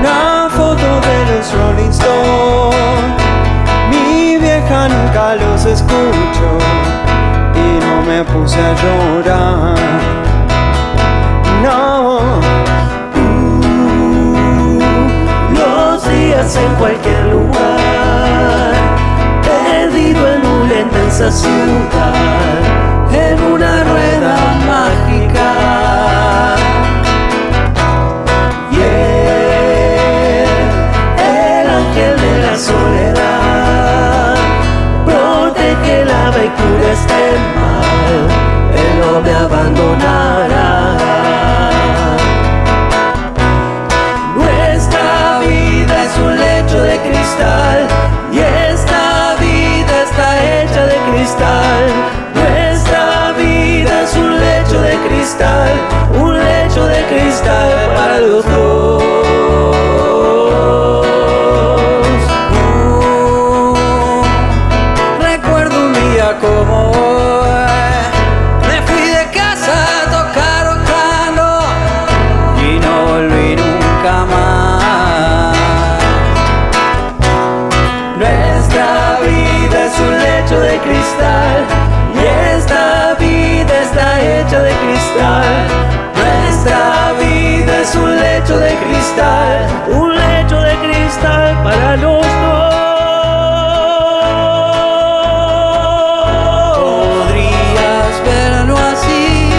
J: Una foto de los Rolling Stones, mi vieja nunca los escucho y no me puse a llorar. No. Los días en cualquier lugar, perdido en una intensa ciudad, en una rueda mágica. Y él, el ángel de la soledad, protege la ave y cura este mal, él no me abandonará. Nuestra vida es un lecho de cristal y esta vida está hecha de cristal. Nuestra vida es un lecho de cristal, un lecho de cristal para los dos. Oh, Recuerdo un día como hoy, me fui de casa a tocar un canto y no volví nunca más. Nuestra vida es un lecho de cristal y esta vida está hecha de cristal. Nuestra vida es un lecho de cristal, un lecho de cristal para los dos. Podrías verlo así,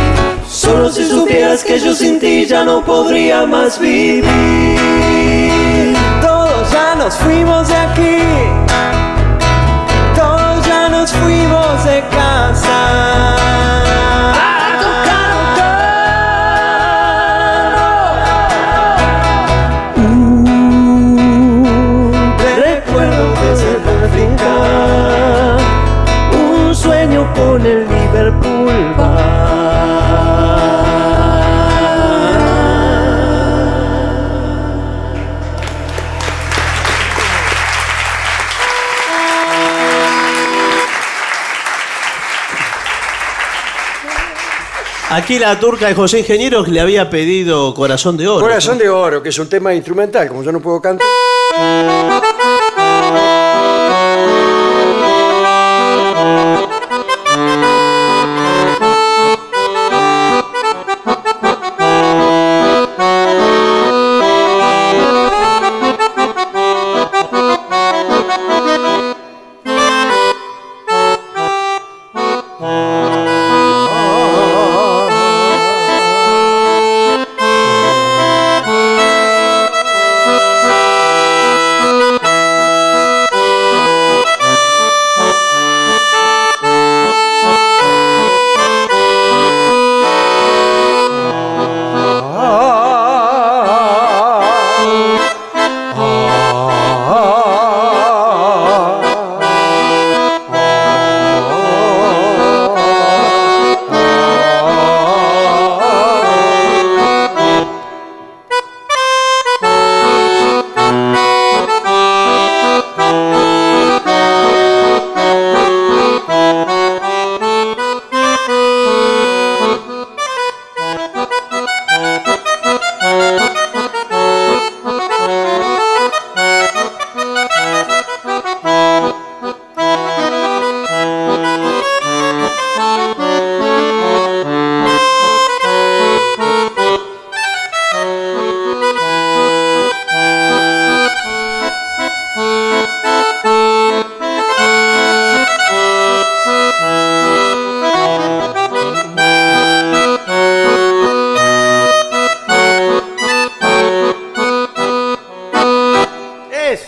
J: solo si supieras que yo sin ti ya no podría más vivir. Todos ya nos fuimos de aquí. Todos ya nos fuimos de se cansan. Para tocar un Recuerdo que se va a brincar un sueño con el Liverpool. va.
B: Aquí la turca de José Ingeniero le había pedido Corazón de Oro.
A: Corazón de Oro, que es un tema instrumental, como yo no puedo cantar.
B: Es.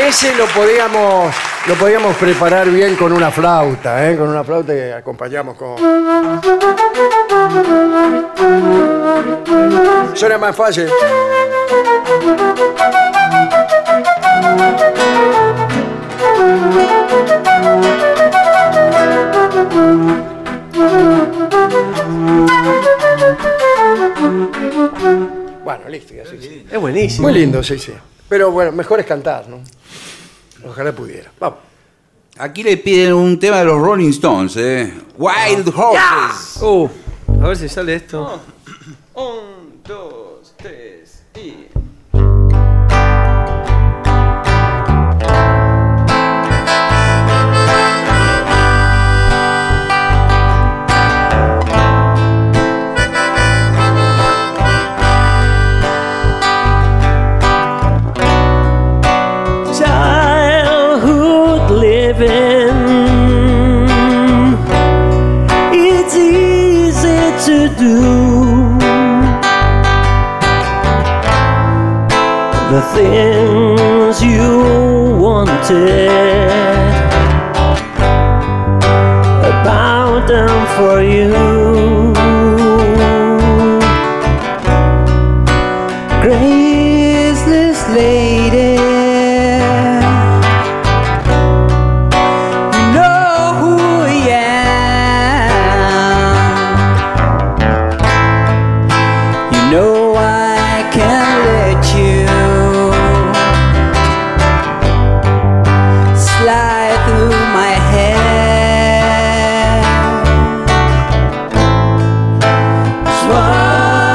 A: Ese lo podíamos, lo podíamos preparar bien con una flauta, ¿eh? con una flauta que acompañamos con. Suena más fácil. Bueno, listo, ya sí, sí.
B: Es buenísimo.
A: Muy lindo, sí, sí. Pero bueno, mejor es cantar, ¿no? Ojalá pudiera. Vamos.
C: Aquí le piden un tema de los Rolling Stones, ¿eh? Wild Horses.
B: Uh, a ver si sale esto.
K: Un, dos, tres y.
J: childhood living. It's easy to do. The things you wanted, about them for you. Graceless lady. You know who I am. You know I can't let you slide through my head.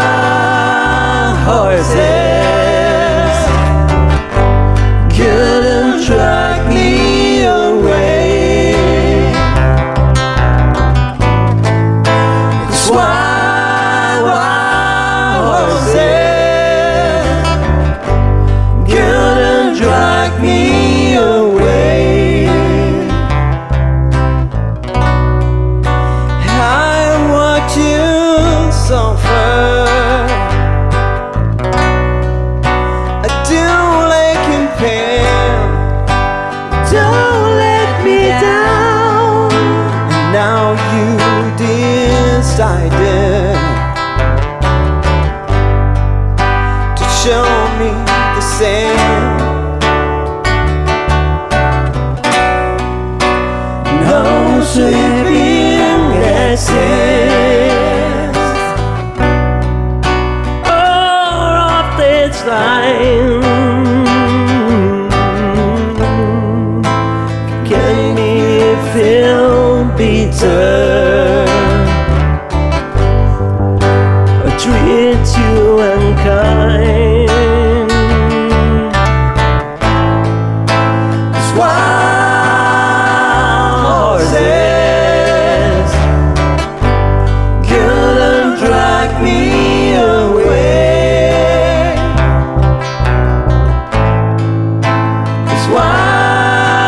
J: Swan horses couldn't drag me away. That's why horses couldn't drag me away. I watch you suffer. I do like in pain.
K: I did to show me the same.
J: No soy bien, gracias. All of this time can me feel bitter. I treat you unkind. Swan horses couldn't drag me away.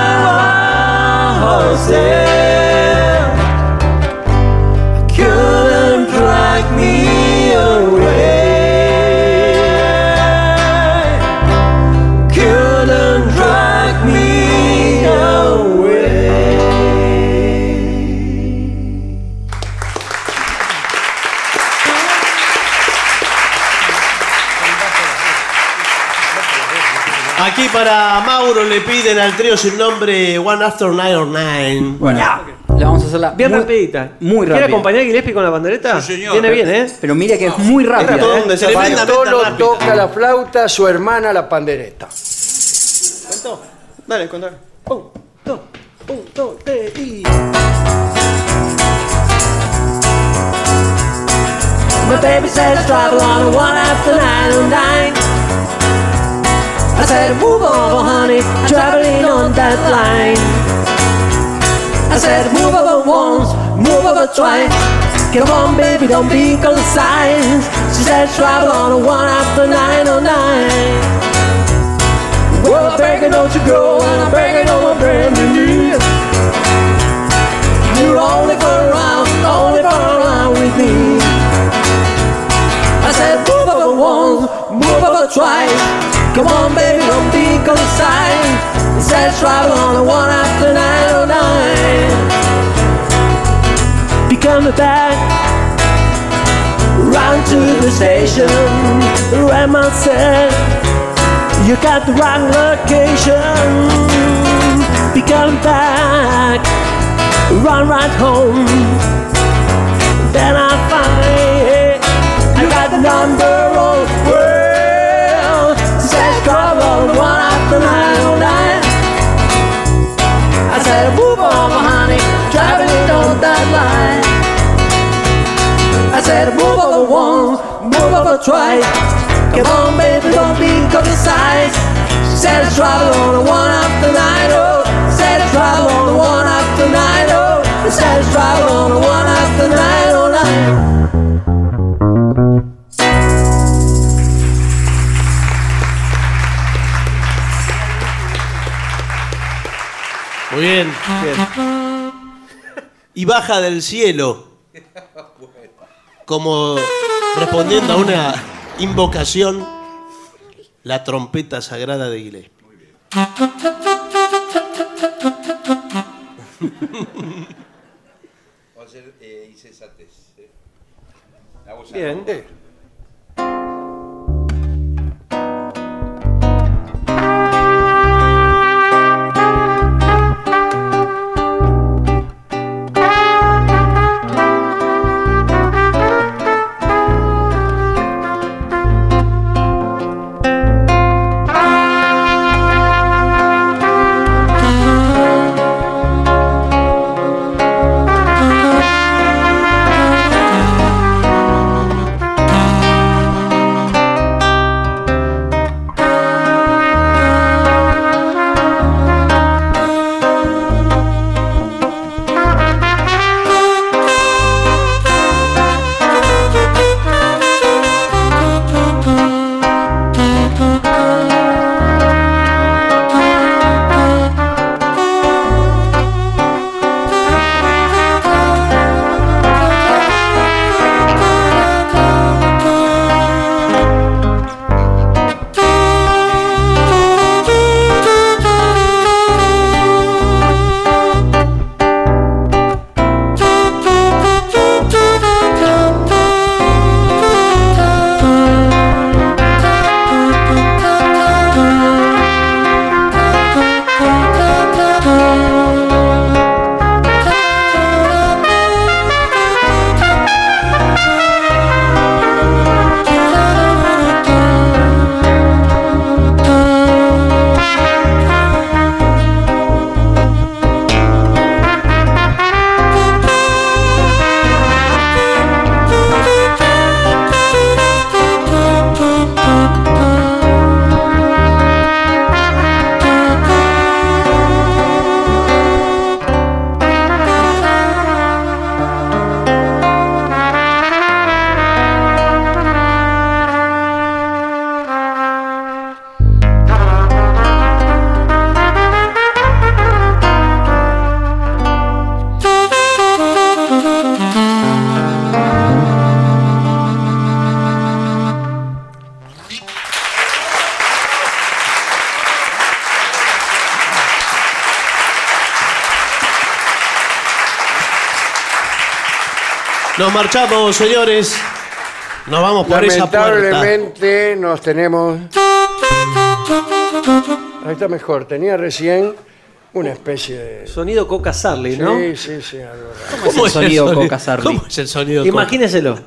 J: Swan horses couldn't drag me away. Couldn't drag me away.
B: Aquí para Mauro le piden al trío sin nombre One After Nine or Nine.
L: Bueno, la vamos a hacerla bien rapidita. Muy
B: ¿Quiere
L: rápida.
B: acompañar
L: a Gillespie con la pandereta?
B: señor. Viene bien, ¿eh?
L: Pero mira que es muy rápida. ¿eh?
A: Bartolo toca la flauta, su hermana la pandereta.
K: ¿Cuánto? Dale, contá. Un, dos, un, dos, tres y.
J: My baby says travel on one after nine and nine. I said move over, honey, traveling on that line. I said move over once, move over twice. Come on, baby, don't be concise. She said travel on one after nine and nine. Well, I'm begging don't you go, and I'm begging on my brand new knees. You're only for around, only for around with me. I said, move over once, move over twice. Come on, baby, don't be concerned. He said, travel on a one after nine oh nine. Be coming back round to the station. Grandma said, you got the wrong location. Be coming back, run right home. Then I find I got the number of world. Said trouble one after nine oh nine. I said move over, honey, driving it on that line. I said move over once, move over twice. Come on, baby, don't be concise. She said it's trouble on the one after nine oh. Said it's trouble on the one after nine oh. Said it's trouble on the one after nine oh nine.
B: Muy bien. Y baja del cielo. Como respondiendo a una invocación, la trompeta sagrada de Gillespie.
H: Vamos a hacer eh, incesantes, eh. La voz
B: Bien.
H: alta.
J: Thank you.
B: Nos marchamos, señores. Nos vamos por esa puerta.
A: Lamentablemente nos tenemos. Ahí está mejor. Tenía recién una especie de.
L: Sonido Coca Sarli, ¿no?
A: Sí, sí, sí. algo raro.
L: ¿Cómo es el sonido Coca Sarli?
B: ¿Cómo es el sonido
L: Imagínenselo.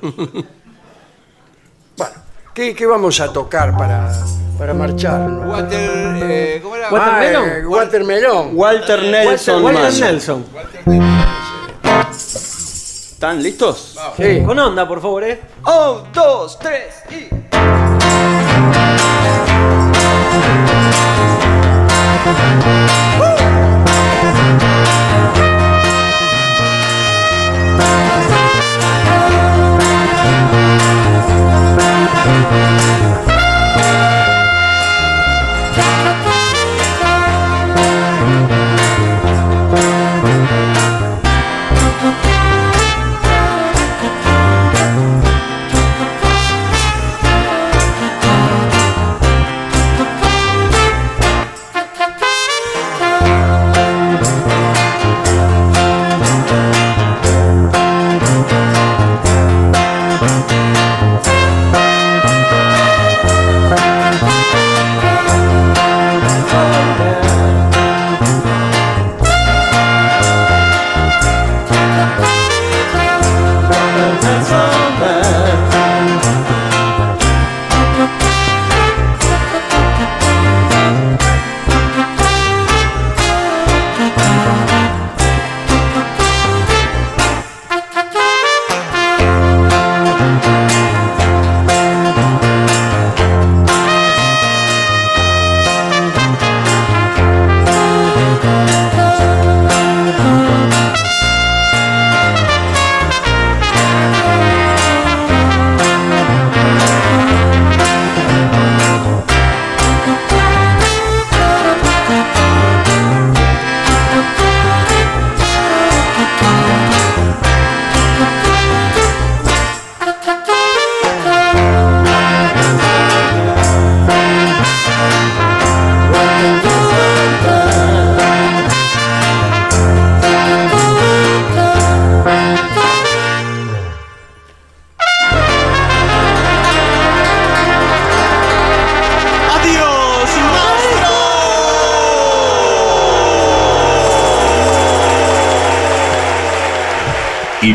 A: ¿Qué, qué vamos a tocar para, para marchar?
H: Water, eh, ¿Cómo era?
A: Ah, eh, Watermelon.
K: Walter
B: Eh,
K: Nelson.
L: Walter
K: Mann.
L: Nelson.
K: ¿Están listos?
A: Sí.
L: Con onda, por favor, ¿eh?
K: Un, dos, tres y.
B: ¡Adiós, maestro!
G: Y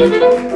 M: Thank you.